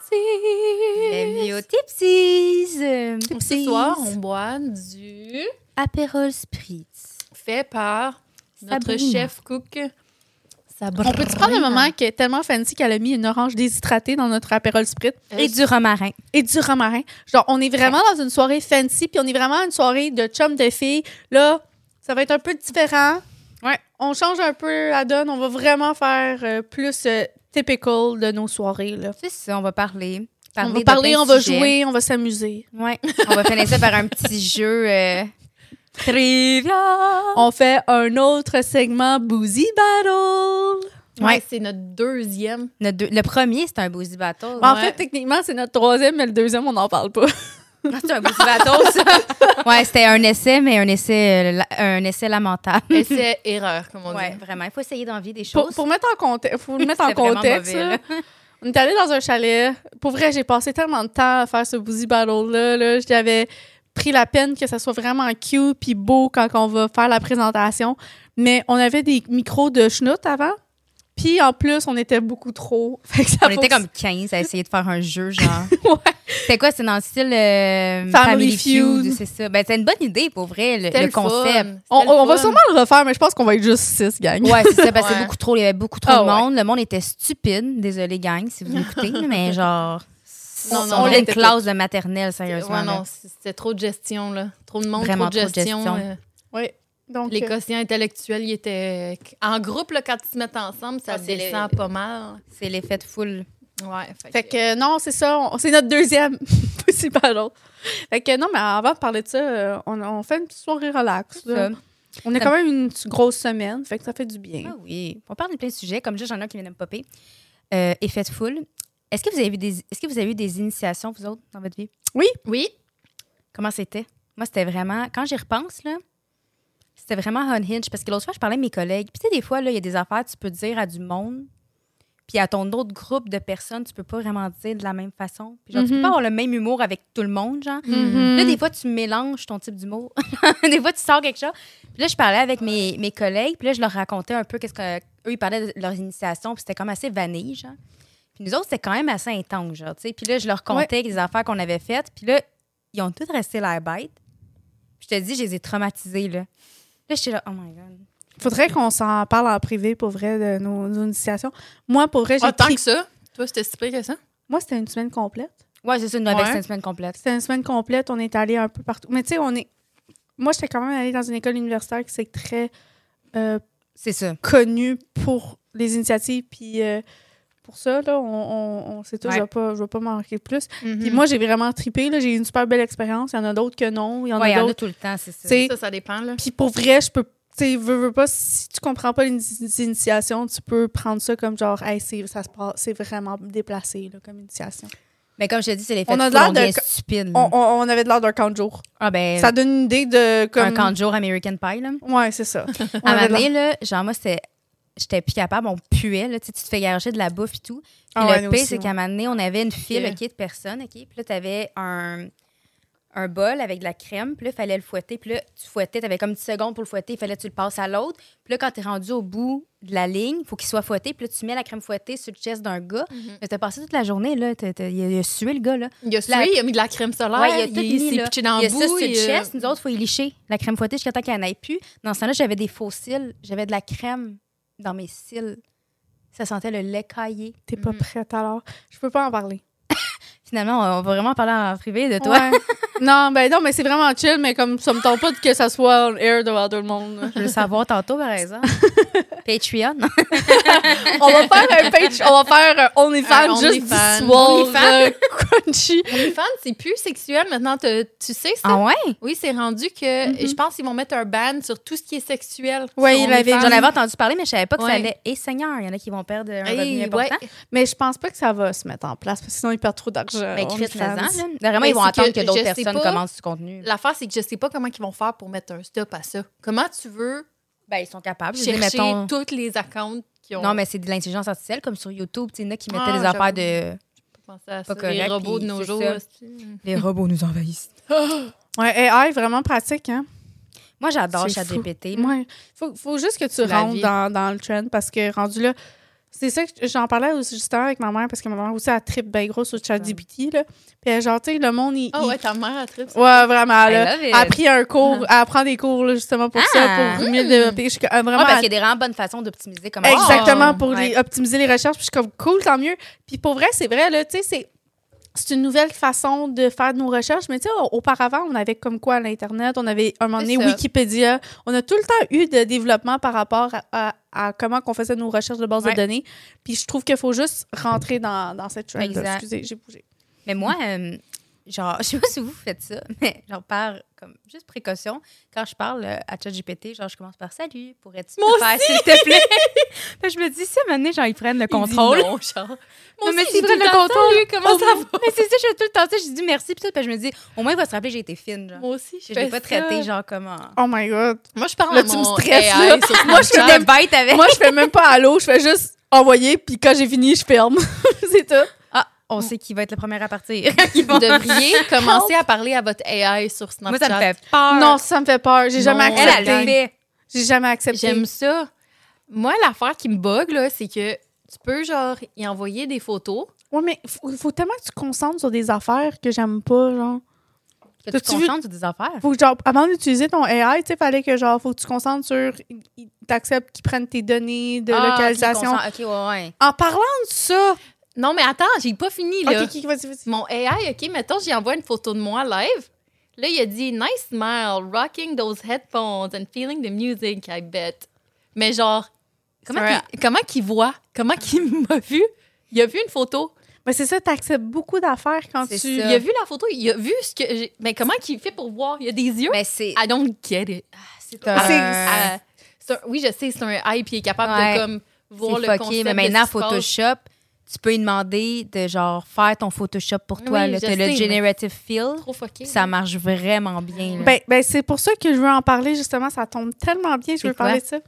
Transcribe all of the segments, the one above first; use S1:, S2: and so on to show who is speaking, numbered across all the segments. S1: Tipsies!
S2: Bienvenue au Tipsies! Euh,
S1: Ce
S2: Tipsies.
S1: soir, on boit du
S2: Aperol Spritz.
S1: fait par notre
S2: Sabrina.
S1: chef cook.
S2: Sabrina.
S3: On peut-tu prendre un moment qui est tellement fancy qu'elle a mis une orange déshydratée dans notre apérole sprit
S2: Et du romarin.
S3: et du romarin? Genre, on est vraiment dans une soirée fancy, puis on est vraiment une soirée de chum de filles. Là, ça va être un peu différent. Ouais. On change un peu la donne. On va vraiment faire euh, plus euh, typical de nos soirées. Là.
S2: C'est ça, on va parler.
S3: on va
S2: de
S3: parler,
S2: plein de
S3: on va
S2: sujets.
S3: jouer, on va s'amuser.
S2: Ouais. On va finir ça par un petit jeu euh, trivia.
S3: On fait un autre segment Boozy Battle.
S1: Ouais,
S2: Ouais.
S1: c'est notre deuxième.
S2: Notre deux- le premier, c'est un boozy battle.
S3: En
S1: Ouais.
S3: fait, techniquement, c'est notre troisième, mais le deuxième, on n'en parle pas.
S2: Ah, c'est un boozy battle, ça. ouais, c'était un essai, mais un essai, euh, la- un essai lamentable.
S1: Et c'est erreur, comme on
S2: Ouais,
S1: dit.
S2: vraiment. Il faut essayer d'envier des
S3: Pour,
S2: choses.
S3: pour mettre en contexte, faut le mettre en
S2: C'était vraiment
S3: contexte.
S2: mauvais,
S3: là.
S2: là.
S3: On est allé dans un chalet. Pour vrai, j'ai passé tellement de temps à faire ce boozy battle-là. Là. J'avais pris la peine que ça soit vraiment cute puis beau quand on va faire la présentation. Mais on avait des micros de schnout avant. Puis en plus, on était beaucoup trop. Fait que ça
S2: On était
S3: fausse-
S2: comme 15 à essayer de faire un jeu, genre.
S3: Ouais.
S2: C'était quoi? C'était dans le style euh, Family,
S3: Family Feud.
S2: Feud, c'est ça. Ben, c'était une bonne idée, pour vrai, le,
S1: C'était
S2: le
S1: le fun.
S2: concept.
S1: C'était
S3: On,
S1: le
S3: on va
S1: fun.
S3: sûrement le refaire, mais je pense qu'on va être juste six, gang.
S2: Ouais, c'est ça, parce que
S1: Ouais.
S2: c'est beaucoup trop, il y avait beaucoup trop
S3: Ah,
S2: de monde. Le monde était stupide. Désolé, gang, si vous m'écoutez, mais genre.
S1: Non,
S2: on-
S1: non,
S2: on
S1: on
S2: a une
S1: l'était
S2: classe de maternelle, sérieusement.
S1: Ouais,
S2: là.
S1: non, c- c'était trop de gestion, là. Trop de monde,
S2: Vraiment
S1: trop de gestion. euh,
S3: Ouais. Donc,
S1: les
S3: euh,
S1: quotients intellectuels, ils étaient euh, en groupe, là, quand ils se mettent ensemble, ça
S2: Ah, c'est
S1: descend
S2: les-
S1: pas mal.
S2: C'est l'effet de foule.
S1: Ouais, fait,
S3: Fait
S1: que-
S3: que euh, non, c'est ça, on- c'est notre deuxième boozy battle. Fait que non, mais avant de parler de ça, euh, on, on fait une petite soirée relax. là.
S2: ça.
S3: On est
S2: Ça-
S3: quand même une grosse semaine, fait que ça fait du bien.
S2: Ah oui. On parle de plein de sujets, comme juste, j'en ai un qui vient de me popper. Euh, effet de foule. Est-ce que, vous avez eu des... Est-ce que vous avez eu des initiations, vous autres, dans votre vie?
S1: Oui,
S2: Comment c'était? Moi, c'était vraiment. Quand j'y repense, là, c'était vraiment un hinge. Parce que l'autre fois, je parlais à mes collègues. Puis, tu sais, des fois, là, il y a des affaires que tu peux dire à du monde. Puis, à ton autre groupe de personnes, tu peux pas vraiment dire de la même façon. Puis, genre, tu
S3: Mhm.
S2: peux pas avoir le même humour avec tout le monde, genre.
S3: Mhm.
S2: Là, des fois, tu mélanges ton type d'humour. des fois, tu sors quelque chose. Puis là, je parlais avec mes, mes collègues. Puis là, je leur racontais un peu qu'est-ce que. Eux, ils parlaient de leurs initiations. Puis c'était comme assez vanille, genre. Puis nous autres, c'était quand même assez intense, genre, tu sais. Puis là, je leur contais des affaires qu'on avait faites. Puis là, ils ont tous resté l'air bête. Puis je te dis, je les ai traumatisés, là. Là, j'étais là, oh my God.
S3: Faudrait qu'on s'en parle en privé pour vrai de nos, nos initiations. Moi, pour vrai,
S2: Ah,
S3: j'ai
S1: autant
S3: pris-
S1: que ça. Toi, c'était si pire que ça?
S3: Moi, c'était une semaine complète.
S2: Ouais, c'est ça, une mauvaise
S1: Ouais.
S2: une semaine complète.
S3: C'était une semaine complète, on est allé un peu partout. Mais tu sais, on est. Moi, j'étais quand même allée dans une école universitaire qui c'est très euh,
S2: C'est ça.
S3: connue pour les initiatives. Puis euh, pour ça, là, on, on, on sait tous,
S2: Ouais. Hmm.
S3: je vais pas- je vais pas manquer plus. Puis
S1: Mhm.
S3: moi, j'ai vraiment trippé. là. J'ai eu une super belle expérience. Il y en a d'autres que non. Il y en
S2: Ouais, il y
S3: a
S2: en a
S3: d'autres.
S2: tout le temps, c'est ça.
S3: Tu sais,
S1: ça, ça dépend, là.
S3: Puis pour vrai, je peux. Tu sais, veux, veux pas, si tu comprends pas les in- initiations, tu peux prendre ça comme genre, hey, c'est, ça se passe, c'est vraiment déplacé là, comme initiation.
S2: Mais comme je te dis, c'est l'effet
S3: On
S2: de
S3: a
S2: foule,
S3: l'air
S2: on
S3: de
S2: devient
S3: co-
S2: stupide.
S3: On, on- on avait de l'air d'un camp de jour.
S2: Ah ben,
S3: Ça donne une idée de. Comme...
S2: un camp de jour American Pie, là.
S3: Ouais, c'est ça. On
S2: À un
S3: avait
S2: moment
S3: de
S2: donné,
S3: l'air-
S2: là, genre, moi, c'était. J'étais plus capable, on puait, là, tu sais, tu te fais garger de la bouffe et tout. Puis
S3: Ah ouais,
S2: le
S3: nous
S2: pire,
S3: aussi,
S2: c'est
S3: ouais.
S2: qu'à un moment donné, on avait une file,
S1: Ok.
S2: OK, de personnes, OK? Puis là, t'avais un, un bol avec de la crème, puis là, fallait le fouetter. Puis là, tu fouettais, t'avais comme 10 secondes pour le fouetter, il fallait que tu le passes à l'autre. Puis là, quand t'es rendu au bout de la ligne, faut qu'il soit fouetté. Puis là, tu mets la crème fouettée sur le chest d'un gars.
S3: Mhm.
S2: Mais t'as passé toute la journée, là, t'as- t'as- il a, il a sué le gars, là.
S1: Il a sué,
S2: La-
S1: il a mis de la crème solaire,
S2: Ouais, il a
S1: il,
S2: tout
S1: il
S2: mis,
S1: s'est
S2: là.
S1: pitché dans
S2: Il y
S1: le
S2: a ça
S1: bout.
S2: sur le
S1: il, euh,
S2: chest. Nous autres, il faut y licher la crème fouettée jusqu'à temps qu'elle n'aille plus. Dans ce temps-là, j'avais des faux cils. J'avais de la crème dans mes cils. Ça sentait le lait caillé.
S3: T'es pas
S1: Mhm.
S3: prête alors. Je peux pas en parler.
S2: Finalement, on- on va vraiment parler en privé de toi.
S3: Ouais. non, ben non, mais c'est vraiment chill, mais comme ça me tente pas de que ça soit on air devant tout le monde. là.
S2: Je veux le savoir tantôt, par exemple. Patreon.
S3: on va faire un page, on va faire un
S1: Un
S3: OnlyFans juste
S1: OnlyFans.
S3: du swole
S1: OnlyFans.
S3: de crunchy.
S1: OnlyFans, c'est plus sexuel maintenant. te- tu sais ça?
S2: Ah Mhm. ouais?
S1: Oui, c'est rendu que je pense qu'ils vont mettre un ban sur tout ce qui est sexuel.
S3: Ouais,
S1: Sur
S3: il avait-
S1: OnlyFans.
S2: J'en avais entendu parler, mais je savais pas que
S1: Ouais.
S2: ça allait. Et Seigneur, il y en a qui vont perdre un
S1: Hey,
S2: revenu
S1: ouais.
S2: important.
S3: Mais je pense pas que ça va se mettre en place, parce que sinon, ils perdent trop d'argent.
S1: Ben,
S2: Mais Chris,
S3: OnlyFans.
S2: fais-en, là. Vraiment,
S1: Mais
S2: ils vont
S1: c'est que
S2: attendre que, d'autres
S1: je sais
S2: personnes
S1: pas.
S2: commencent du contenu.
S1: L'affaire, c'est que je sais pas comment ils vont faire pour mettre un stop à ça. Comment tu veux
S2: Ben, ils sont capables. Je dis,
S1: chercher
S2: mettons-
S1: toutes les accounts qui ont
S2: Non, mais c'est de l'intelligence artificielle, comme sur YouTube. tu sais, Il y en a qui mettaient
S1: Ah,
S2: des affaires
S1: j'avoue.
S2: de.
S1: pensé à ça,
S2: pas
S1: les
S2: correct,
S1: robots de
S2: puis
S1: nos
S2: c'est
S1: jours?
S2: ça.
S1: hostie.
S2: Les robots nous envahissent.
S3: Ouais, AI, vraiment pratique, hein?
S2: Moi, j'adore
S3: C'est fou.
S2: ChatGPT. là.
S3: Ouais. Faut, faut juste que tu
S2: C'est la
S3: rentres
S2: vie.
S3: dans, dans le trend parce que rendu là, C'est ça que j'en parlais aussi justement avec ma mère parce que ma mère aussi a trip bien gros sur ChatGPT là. Puis genre tu sais le monde il,
S1: Ah
S3: il-
S1: ouais, ta mère a trip.
S3: Ouais, vraiment
S2: I
S3: là.
S2: love it.
S3: Elle a pris un cours, elle prend des cours là, justement pour
S2: Ah,
S3: ça pour mieux
S2: hmm.
S3: développer. Je suis comme, vraiment
S2: Ouais, parce qu'il y a des vraiment bonnes façons d'optimiser comment
S3: Exactement, pour
S2: Ah, Ouais.
S3: les- optimiser les recherches. Puis je suis comme, cool, tant mieux. Puis pour vrai, c'est vrai, là, tu sais, c'est. C'est une nouvelle façon de faire nos recherches. Mais tu sais, a- auparavant, on avait comme quoi l'Internet, on avait un moment
S1: C'est
S3: donné
S1: ça.
S3: Wikipédia. On a tout le temps eu de développement par rapport à, à- à comment qu'on faisait nos recherches de base
S2: Ouais.
S3: de données. Puis je trouve qu'il faut juste rentrer dans, dans cette trend
S2: Exact.
S3: Excusez, j'ai bougé.
S2: Mais moi, euh, genre, je sais pas si vous faites ça, mais genre, par comme juste précaution, quand je parle euh, à ChatGPT, genre, je commence par salut, pourrais-tu
S3: Moi
S2: me faire, s'il te plaît? Fait que je me dis, si à un moment donné, genre, ils prennent le contrôle.
S1: Il dit non, genre.
S2: Non, mais
S1: aussi,
S2: s'ils
S1: il
S2: prennent
S1: dit
S2: le
S1: tout le
S2: contrôle,
S1: comment ça va?
S2: Mais c'est ça, je fais tout le temps ça, je dis merci, puis tout, puis je me dis, au moins, il va se rappeler, que j'ai été fine, genre.
S1: Moi aussi,
S2: Je
S1: je
S2: l'ai
S1: fais
S2: pas
S1: ça.
S2: traité, genre, comment.
S3: Oh my God.
S1: Moi, je parle
S3: Là,
S1: à
S3: tu me
S1: mon
S3: stresses,
S1: AI
S3: là.
S1: sur
S3: Moi, je
S1: Snapchat.
S3: connais
S2: bête avec.
S3: Moi, je fais même pas allô, je fais juste envoyer. Puis quand j'ai fini, je ferme. c'est tout.
S2: Ah, on sait qui va être le premier à partir. Ils
S1: Vous
S2: vont-
S1: devriez commencer à parler à votre AI sur
S2: Moi,
S1: Snapchat.
S2: ça me fait peur.
S3: Non, ça me fait peur. J'ai jamais
S1: Non.
S2: elle, elle
S3: accepté.
S2: le fait.
S3: J'ai jamais accepté.
S1: J'aime ça. Moi, l'affaire qui me bug, là, c'est que tu peux, genre, y envoyer des photos.
S3: Ouais, mais faut, faut tellement que tu te concentres sur des affaires que j'aime pas, genre.
S2: Que tu
S3: T'as-tu
S2: te
S3: vu-
S2: concentres sur des affaires.
S3: Faut que, genre, avant d'utiliser ton AI, tu sais, fallait que, genre, faut que tu te concentres sur. T'acceptes qu'ils prennent tes données de
S2: Ah, ok,
S3: localisation.
S2: concentre- Ok, ouais, ouais.
S3: En parlant de ça.
S1: Non, mais attends, j'ai pas fini, là.
S3: Ok, qui vas-y, vas-y.
S1: Mon AI, OK, mettons, j'y envoie une photo de moi live. Là, il a dit « Nice smile, rocking those headphones and feeling the music, I bet. » Mais genre,
S2: Comment
S1: comment qu'il- comment qu'il voit? Comment qu'il m'a vu? Il a vu une photo.
S3: Mais c'est ça, t'acceptes beaucoup d'affaires quand
S2: C'est
S3: tu.
S2: ça.
S1: Il a vu la photo. Il a vu ce que j'ai... Mais comment qu'il fait pour voir? Il a des yeux?
S2: Mais c'est.
S1: I don't get it. Ah, c'est
S2: un-
S1: Ah, c'est un- Oui, je sais, c'est un hype. Il est capable
S2: Ouais.
S1: de comme voir
S2: C'est
S1: le
S2: fucké,
S1: concept
S2: mais
S1: de
S2: maintenant,
S1: ce qui se passe.
S2: Photoshop, tu peux lui demander de genre faire ton Photoshop pour toi.
S1: Oui,
S2: là.
S1: je
S2: T'as le
S1: sais,
S2: Generative Fill.
S1: Trop fucké.
S2: Ça marche vraiment bien. là.
S3: Ben, ben, c'est pour ça que je veux en parler, justement. Ça tombe tellement bien, je
S2: C'est
S3: veux
S2: quoi?
S3: parler de ça.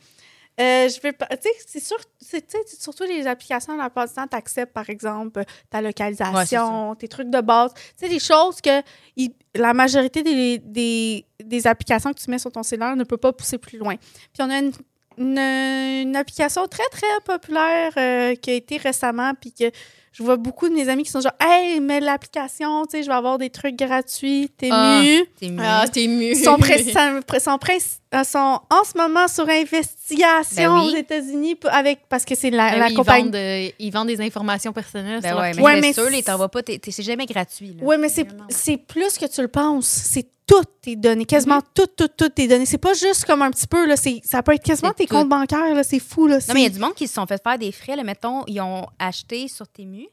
S3: Euh, je veux pas- tu sais, c'est sûr, c'est- tu sais, c'est surtout les applications, la plupart du temps, t'acceptes, par exemple, euh, ta
S2: Ouais, c'est
S3: localisation, tes trucs de base. Tu sais, des choses que il- la majorité des, des, des applications que tu mets sur ton cellulaire ne peut pas pousser plus loin. Puis on a une, une- une application très, très populaire euh, qui a été récemment, puis que je vois beaucoup de mes amis qui sont genre « Hey, mais l'application, tu sais, je vais avoir des trucs gratuits, t'es
S1: Ah.
S3: mieux. »
S2: T'es mieux.
S1: Ah, t'es mu.
S3: sont, pré- sont pré- sont pré- euh, sont en ce moment sur investigation
S2: Ben oui.
S3: aux États-Unis pour- avec parce que c'est la,
S1: Ben
S3: la
S1: oui, ils,
S3: compagnie.
S1: vendent, euh, ils vendent des informations personnelles.
S2: Ben
S1: sur leur
S2: ouais, mais
S3: Ouais,
S2: c'est
S3: mais
S2: sûr, les
S3: c'est-
S2: t'en vas pas, t'es- t'es- c'est jamais gratuit. là.
S3: Oui, mais c'est c'est plus que tu le penses. C'est toutes tes données, quasiment
S2: Mm-hmm.
S3: toutes, toutes, toutes tes données. C'est pas juste comme un petit peu, là, c'est- ça peut être quasiment
S2: C'est
S3: tes comptes bancaires, là, c'est fou. Là,
S2: Non, mais il y a du monde qui se sont fait faire des frais. Là, mettons, ils ont acheté sur Temu,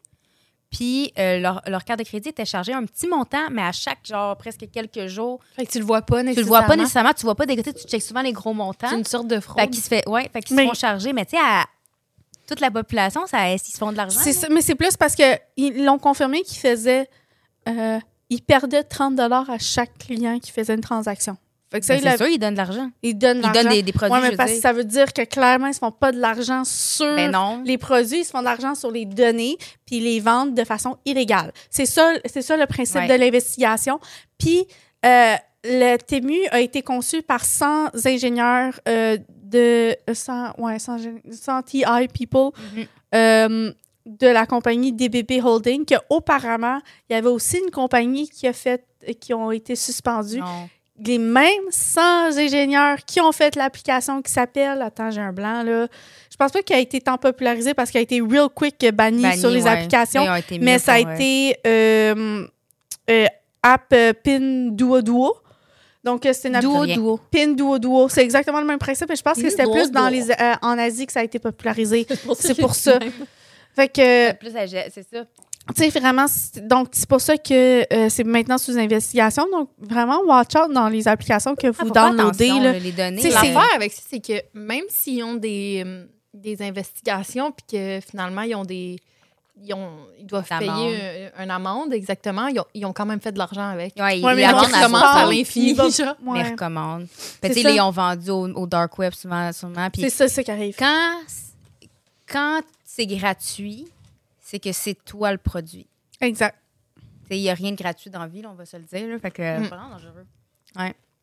S2: puis euh, leur, leur carte de crédit était chargée un petit montant, mais à chaque, genre, presque quelques jours,
S1: Fait que tu le vois pas nécessairement.
S2: tu le vois pas nécessairement, tu vois pas des côtés, tu checkes souvent les gros montants.
S1: C'est une sorte de
S2: Fait
S1: fraude.
S2: qu'ils se fait, ouais, fait qu'ils se
S3: Mais-
S2: font charger, mais tu sais, à toute la population, ça, ils se font de l'argent.
S3: C'est
S2: là.
S3: ça, mais c'est plus parce que ils l'ont confirmé qu'ils faisaient. euh, ils perdaient 30 à chaque client qui faisait une transaction. Fait que ça,
S2: Ben,
S3: ils, la-
S2: c'est sûr, ils donnent de l'argent.
S3: ils donnent
S2: Ils donnent
S3: l'argent.
S2: des, des produits.
S3: Ouais,
S2: je
S3: mais
S2: veux
S3: parce que
S2: dire.
S3: ça veut dire que clairement, ils se font pas de l'argent sur
S2: Ben non.
S3: les produits, ils se font de l'argent sur les données, puis ils les vendent de façon illégale. C'est ça, c'est ça le principe
S2: Ouais.
S3: de l'investigation. Puis euh, le TEMU a été conçu par 100 ingénieurs euh, de 100, ouais, 100, gé- 100 TI people
S2: Mhm.
S3: euh, de la compagnie DBB Holding, que auparavant, il y avait aussi une compagnie qui a fait qui ont été suspendus
S2: Non.
S3: les mêmes 100 ingénieurs qui ont fait l'application qui s'appelle attends j'ai un blanc là je pense pas qu'elle a été tant popularisée parce qu'elle a été real quick bannie
S2: Banni,
S3: sur les
S2: ouais.
S3: applications
S2: Ils ont été mis
S3: mais ça a
S2: pour, euh,
S3: été euh, euh, app euh, pin duo duo donc euh, c'est une app
S2: Duo,
S1: Duo,
S2: Rien.
S1: duo.
S3: pin duo duo c'est exactement le même principe mais je pense que c'était
S1: Duo,
S3: plus dans
S1: duo.
S3: les euh, en Asie que ça a été popularisé C'est
S1: que
S3: pour
S1: j'ai
S3: ça.
S1: dit même.
S3: fait que
S2: euh, plus à jet- c'est ça.
S3: tu sais, vraiment, c'est- donc c'est pour ça que euh, c'est maintenant sous investigation. Donc, vraiment, watch out dans les applications que
S2: Ah, faut
S3: vous
S2: faire
S3: downloadez.
S2: attention,
S3: là.
S2: là, les données.
S3: C'est-
S2: là.
S1: L'affaire avec ça, c'est que même s'ils ont des, euh, des investigations, puis que finalement, ils ont des. Ils, ont, ils doivent
S2: D'amende.
S1: payer un- une amende, exactement. Ils ont, ils ont quand même fait de l'argent avec.
S2: Ouais, ils
S3: Ouais, mais
S2: ils
S3: ils vont
S2: attendent à
S3: recommencer
S1: recommence
S2: soir,
S1: à
S3: soir.
S1: l'infini,
S3: Ils vont-
S1: genre.
S2: mais
S3: Ouais.
S2: recommandent. Fait que,
S3: C'est
S2: tu sais,
S3: ça.
S2: là, ils ont vendu au, au dark web souvent, sûrement. Puis
S3: C'est ça, c'est qui arrive.
S2: quand quand c'est gratuit, c'est que c'est toi le produit.
S3: Exact.
S2: Tu sais, Il n'y a rien de gratuit dans la vie, là, on va se le dire. là. Fait que,
S1: Mm.
S2: c'est vraiment dangereux.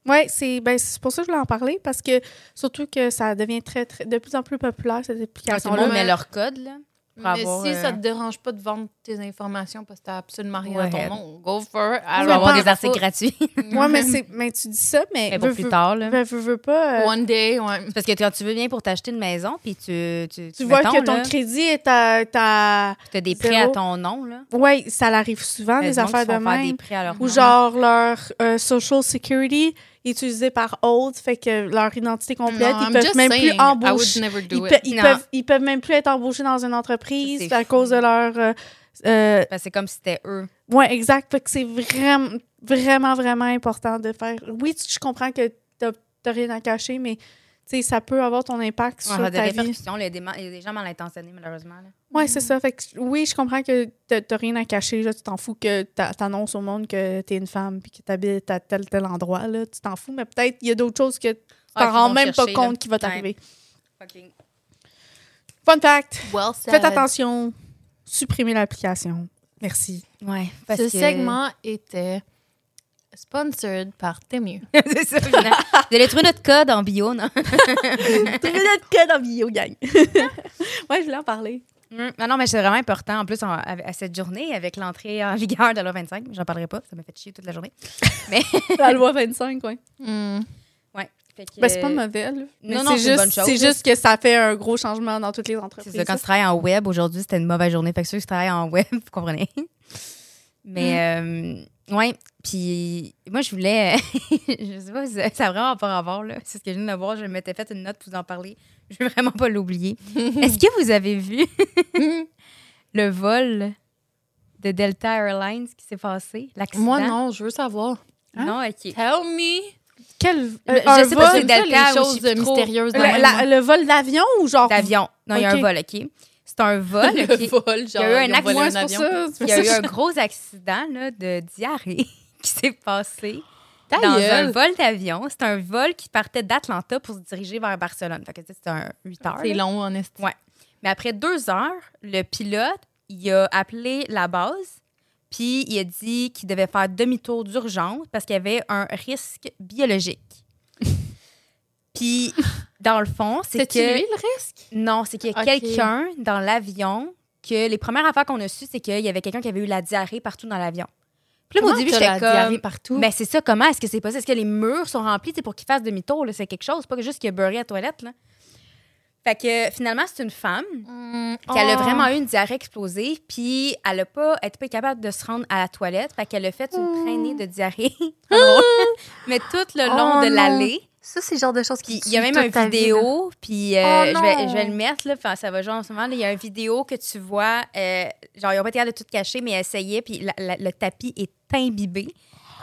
S3: Oui, c'est ben, c'est pour ça que je voulais en parler, parce que surtout que ça devient très, très de plus en plus populaire, cette
S2: Quand tout
S3: application-là.
S2: le monde
S1: là,
S2: met
S1: mais-
S2: leur code, là. Pour
S1: Mais
S2: avoir,
S1: si
S2: euh,
S1: ça te dérange pas de vendre tes informations parce que t'as absolument rien à
S2: Ouais.
S1: ton nom, go for it.
S2: Pour
S3: mais
S2: Ah, avoir
S3: pas-
S2: des articles gratuits.
S3: Ouais, mais, c'est- mais tu dis ça, mais,
S2: Mais pour
S3: veux,
S2: plus
S3: veux-
S2: tard, là.
S3: veux- veux- veux pas. euh,
S1: One day, ouais.
S2: C'est Parce que quand tu veux bien pour t'acheter une maison, puis tu, tu,
S3: tu vois
S2: mettons,
S3: que ton
S2: là,
S3: crédit est à. ta
S2: t'as des prêts
S3: zéro.
S2: à ton nom, là.
S3: Oui, ça arrive souvent,
S2: Il y a
S3: des
S2: du monde qui
S3: affaires de
S2: se font faire
S3: même.
S2: des prêts à leur
S3: Ou
S2: nom.
S3: genre leur euh, social security est utilisé par autre, fait que leur identité complète,
S1: Non,
S3: ils
S1: I'm
S3: peuvent
S1: just
S3: même
S1: saying,
S3: plus embaucher.
S1: I would never do
S3: Ils,
S1: it.
S3: pe- ils
S2: Non.
S3: peuvent, ils peuvent même plus être embauchés dans une entreprise
S2: C'est
S3: à
S2: fou.
S3: cause de leur. euh, euh,
S2: Parce que c'est comme si c'était eux.
S3: ouais, exact. Fait que c'est vraiment, vraiment, vraiment important de faire. Oui, tu- je comprends que t'as t'as rien à cacher, mais tu sais, ça peut avoir ton impact
S2: On aura
S3: sur
S2: des
S3: ta vie.
S2: répercussions. là, Il y a des, ma- il y a des gens mal intentionnés, malheureusement. là.
S3: Ouais, c'est ça. Fait que oui, je comprends que t'as t'as rien à cacher. Là, tu t'en fous que t'a- t'annonces au monde que t'es une femme puis que t'habites à tel tel endroit. Là, tu t'en fous, mais peut-être il y a d'autres choses que
S2: Ouais,
S3: tu t'en
S2: qu'ils
S3: rends
S2: vont
S3: même
S2: chercher,
S3: pas
S2: là.
S3: compte qui va
S2: Ouais.
S3: t'arriver.
S2: Fucking.
S3: Fun fact.
S1: Well said.
S3: Faites attention. Supprimez l'application. Merci.
S2: Ouais.
S1: Ce
S2: parce que-
S1: segment était sponsored par Temu.
S2: c'est ça, finalement. Vous allez trouver notre code en bio, non?
S3: Trouvez notre code en bio, gang. ouais, je voulais en parler.
S2: Hum, Non, non, mais c'est vraiment important. En plus, en- à, à cette journée, avec l'entrée en vigueur de la loi 25, j'en parlerai pas, ça m'a fait chier toute la journée.
S3: La loi 25, ouais.
S1: Hmm.
S2: Ouais. Fait que,
S3: Ben, c'est pas
S2: euh,
S3: mauvais, là. Mais
S2: non, non, c'est
S3: juste,
S2: une bonne chose.
S3: C'est juste que ça fait un gros changement dans toutes les
S2: C'est
S3: entreprises.
S2: ça, quand tu travailles en web, aujourd'hui, c'était une mauvaise journée. Fait que ceux qui travaillent en web, vous comprenez. Mais,
S1: Mm.
S2: euh, ouais. Puis, moi, je voulais. je sais pas, si ça ça a vraiment pas rapport, là. C'est ce que je viens de voir. Je m'étais fait une note pour vous en parler. Je veux vraiment pas l'oublier. Est-ce que vous avez vu le vol de Delta Airlines qui s'est passé? L'accident?
S1: Moi, non, je veux savoir.
S3: Hein?
S2: Non, OK.
S1: Tell me.
S3: Quel,
S2: Le-
S3: un
S2: je sais pas
S3: vol-
S2: si c'est
S1: J'aime
S2: Delta
S1: Euh, ça, les
S2: ou
S1: choses
S2: je suis trop-
S1: mystérieuses. de
S3: le,
S1: même,
S3: la-
S1: moi.
S3: le vol d'avion ou genre.
S2: D'avion. Non, il y a
S3: OK.
S2: un vol, OK. C'est un vol.
S1: Le
S2: qui-
S1: vol, genre.
S2: Ah, Il y a eu un
S1: ils ont volé
S3: Ouais,
S2: accident,
S3: c'est pour
S1: avion.
S3: ça.
S2: Il y a eu un gros accident là, de diarrhée qui s'est passé
S1: Ta
S2: dans
S1: gueule.
S2: un vol d'avion. C'est un vol qui partait d'Atlanta pour se diriger vers Barcelone. Fait que tu sais, c'était un 8 heures.
S1: C'est
S2: là.
S1: long, en esti.
S2: Ouais. Mais après deux heures, le pilote, il a appelé la base, puis il a dit qu'il devait faire demi-tour d'urgence parce qu'il y avait un risque biologique. puis, dans le fond, c'est
S1: C'est-tu
S2: que...
S1: lui, le risque?
S2: Non, c'est qu'il y a
S1: Ok.
S2: quelqu'un dans l'avion que les premières affaires qu'on a sues, c'est qu'il y avait quelqu'un qui avait eu la diarrhée partout dans l'avion. Puis là, au
S1: Comment
S2: début,
S1: t'as
S2: j'étais
S1: la diarrhée
S2: comme. Ben,
S1: partout.
S2: Mais c'est ça, comment est-ce que c'est possible? Est-ce que les murs sont remplis tu sais, pour qu'ils fassent demi-tour? là? C'est quelque chose, c'est pas juste qu'il a beurré à la toilette. Là. Fait que finalement, c'est une femme
S1: Hmm,
S2: qui elle a
S1: oh.
S2: vraiment eu une diarrhée explosive, puis elle n'a pas été pas capable de se rendre à la toilette. Fait qu'elle a fait une
S1: Oh.
S2: traînée de diarrhée. Pas drôle. Mais tout le long
S1: Oh
S2: de
S1: non.
S2: l'allée.
S1: Ça, c'est le genre de choses
S2: Puis
S1: qui.
S2: il y a
S1: tue
S2: même un
S1: toute ta vie, là.
S2: vidéo, puis euh,
S1: Oh
S2: je, vais,
S1: non!
S2: je vais le mettre, là, enfin, ça va jouer en ce moment. là. Il y a une vidéo que tu vois, euh, genre, ils n'ont pas été capables de tout cacher, mais ils essayaient, puis la- la- le tapis est imbibé.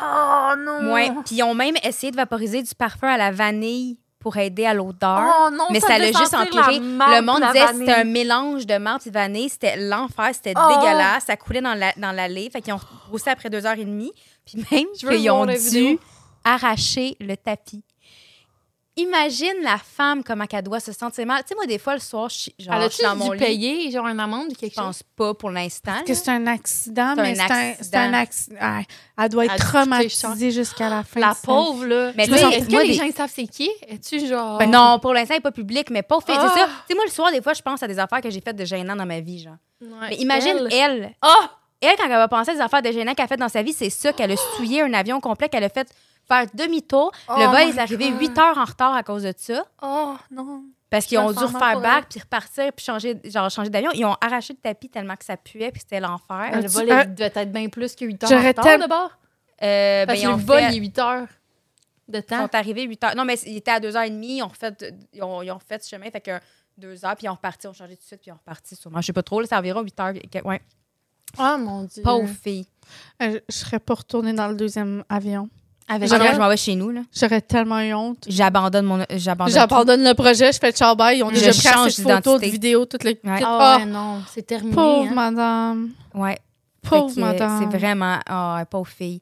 S1: Oh non.
S2: Ouais. Puis ils ont même essayé de vaporiser du parfum à la vanille pour aider à l'odeur.
S1: Oh non,
S2: mais ça l'a
S1: devait
S2: juste
S1: sentir la
S2: empiré.
S1: menthe,
S2: Le monde
S1: la
S2: disait que
S1: vanille.
S2: c'était un mélange de menthe et de vanille. C'était l'enfer, c'était
S1: Oh!
S2: dégueulasse. Ça coulait dans la- dans l'allée. fait qu'ils ont rebroussé après deux heures et demie. Puis même,
S1: Je veux
S2: qu'ils ont
S1: voir la
S2: dû
S1: vidéo.
S2: arracher le tapis. Imagine la femme comment elle doit se sentir mal. Tu sais, moi, des fois, le soir, je suis, genre,
S1: Elle
S2: je suis
S1: a-tu
S2: dans mon
S1: dû
S2: lit.
S1: payer, genre, une amende ou
S2: Je
S1: quelque chose?
S2: pense pas pour l'instant.
S3: que
S2: là.
S3: c'est un accident,
S2: C'est
S3: mais
S2: un
S3: c'est un, c'est un accident. elle doit être
S1: Elle a coûté cher.
S3: traumatisée jusqu'à la fin.
S1: La
S3: de sa vie.
S1: pauvre, là.
S2: Mais
S1: Mais
S2: tu sais,
S1: est-ce que
S2: moi,
S1: les
S2: des-
S1: gens, ils savent c'est qui? Es-tu genre.
S2: Ben non, pour l'instant, elle n'est pas publique, mais pas fait. C'est
S1: Oh. Ah!
S2: ça. Tu sais, moi, le soir, des fois, je pense à des affaires que j'ai faites de gênant dans ma vie, genre.
S1: Ouais,
S2: Mais imagine,
S1: elle.
S2: elle,
S1: Ah!
S2: elle, quand elle va penser à des affaires de gênant qu'elle a faites dans sa vie, c'est ça qu'elle a souillé un avion complet, qu'elle a fait faire demi-tour. le
S3: Oh
S2: vol
S3: my
S2: est arrivé
S3: God.
S2: 8 heures en retard à cause de ça.
S1: Oh non.
S2: Parce qu'ils
S1: Je me
S2: ont dû
S1: sens mal
S2: refaire
S1: pour
S2: back, puis repartir, puis changer, genre, changer d'avion. Ils ont arraché le tapis tellement que ça puait, puis c'était l'enfer.
S3: Euh,
S1: Le
S3: tu-
S1: vol
S3: euh,
S1: il devait être bien plus que 8 heures.
S3: j'aurais
S1: J'aurais tellement.
S3: tellement-
S1: d'abord.
S2: Euh, ben,
S1: Parce
S2: ils
S1: que le
S2: ont
S1: vol,
S2: fait-
S1: il est 8 heures de
S2: ils
S1: temps.
S2: sont arrivés 8 heures. Non, mais ils étaient à 2h30, ils ont refait, ils ont, ils ont refait ce chemin, fait que 2 heures, puis ils ont reparti, ils ont changé de suite, puis ils ont reparti sûrement. Je sais pas trop, là, c'est environ 8 heures. que- Ouais.
S1: Oh mon Dieu.
S2: Pauvre fille.
S3: Euh, Je serais pas retournée dans le deuxième avion.
S2: Avec
S3: J'aurais-
S2: je m'en vais chez nous, là.
S3: J'aurais tellement eu honte.
S2: J'abandonne mon. J'abandonne.
S3: J'abandonne le projet, je fais le charbon. Ils ont
S2: Je
S3: déjà pris
S2: change
S3: assez de photos, de
S2: d'identité.
S3: vidéos, tout le...
S2: Ouais.
S3: tout-
S1: Ah
S3: Ah,
S1: ouais, non, c'est terminé.
S3: pauvre
S1: hein.
S3: madame.
S2: tout. Ouais.
S3: Pauvre
S2: Fait que, euh,
S3: madame.
S2: C'est vraiment. Ah, pauvre fille.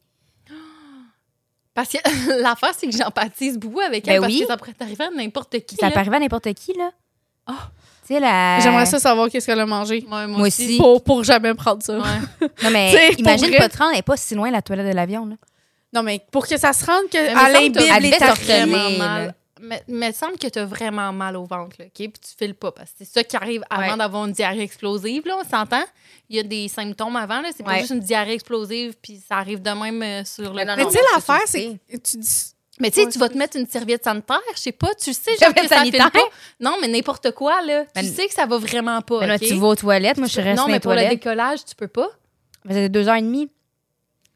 S1: Parce que l'affaire, c'est que j'empathise beaucoup avec elle
S2: Ben
S1: parce
S2: oui.
S1: que ça pourrait arriver à n'importe qui.
S2: Ça
S1: là.
S2: peut arriver à n'importe qui, là.
S1: Ah.
S2: Tu sais, la.
S3: J'aimerais ça savoir qu'est-ce qu'elle a mangé.
S1: Ouais,
S2: Moi aussi.
S3: Pour, pour jamais prendre ça.
S1: Ouais.
S2: Non, mais
S3: T'sais, pour
S2: imagine
S3: vrai.
S2: pas 30, elle n'est pas si loin la toilette de l'avion. là.
S3: Non, mais pour que ça se rende que
S1: me semble
S3: Alain
S1: que t'as-
S3: Bib
S2: Elle
S3: est
S2: devait
S3: après.
S2: sortir.
S1: vraiment
S2: là.
S1: mal. Mais mais il semble que t'as vraiment mal au ventre, là, OK? Puis tu files pas, parce que c'est ça qui arrive avant
S2: Ouais.
S1: d'avoir une diarrhée explosive, là, on s'entend? Il y a des symptômes avant, là. C'est pas
S2: Ouais.
S1: juste une diarrhée explosive, puis ça arrive de même euh, sur le...
S2: Mais non,
S3: Mais
S2: non,
S3: tu sais,
S2: ça,
S3: l'affaire,
S2: tu le
S3: c'est que tu dis.
S1: Mais tu sais,
S3: Ouais,
S1: tu vas
S3: c'est
S1: te mettre une serviette sanitaire, je sais pas, tu sais genre
S2: Serviette
S1: que ça file
S2: sanitaire?
S1: pas. Non, mais n'importe quoi, là. Tu
S2: Ben,
S1: sais que ça va vraiment pas,
S2: Ben là,
S1: OK?
S2: tu vas aux toilettes. Moi, je suis restée
S1: non,
S2: dans
S1: mais
S2: les
S1: pour le
S2: toilettes.
S1: décollage, tu peux pas.
S2: Ça faisait deux heures et demie.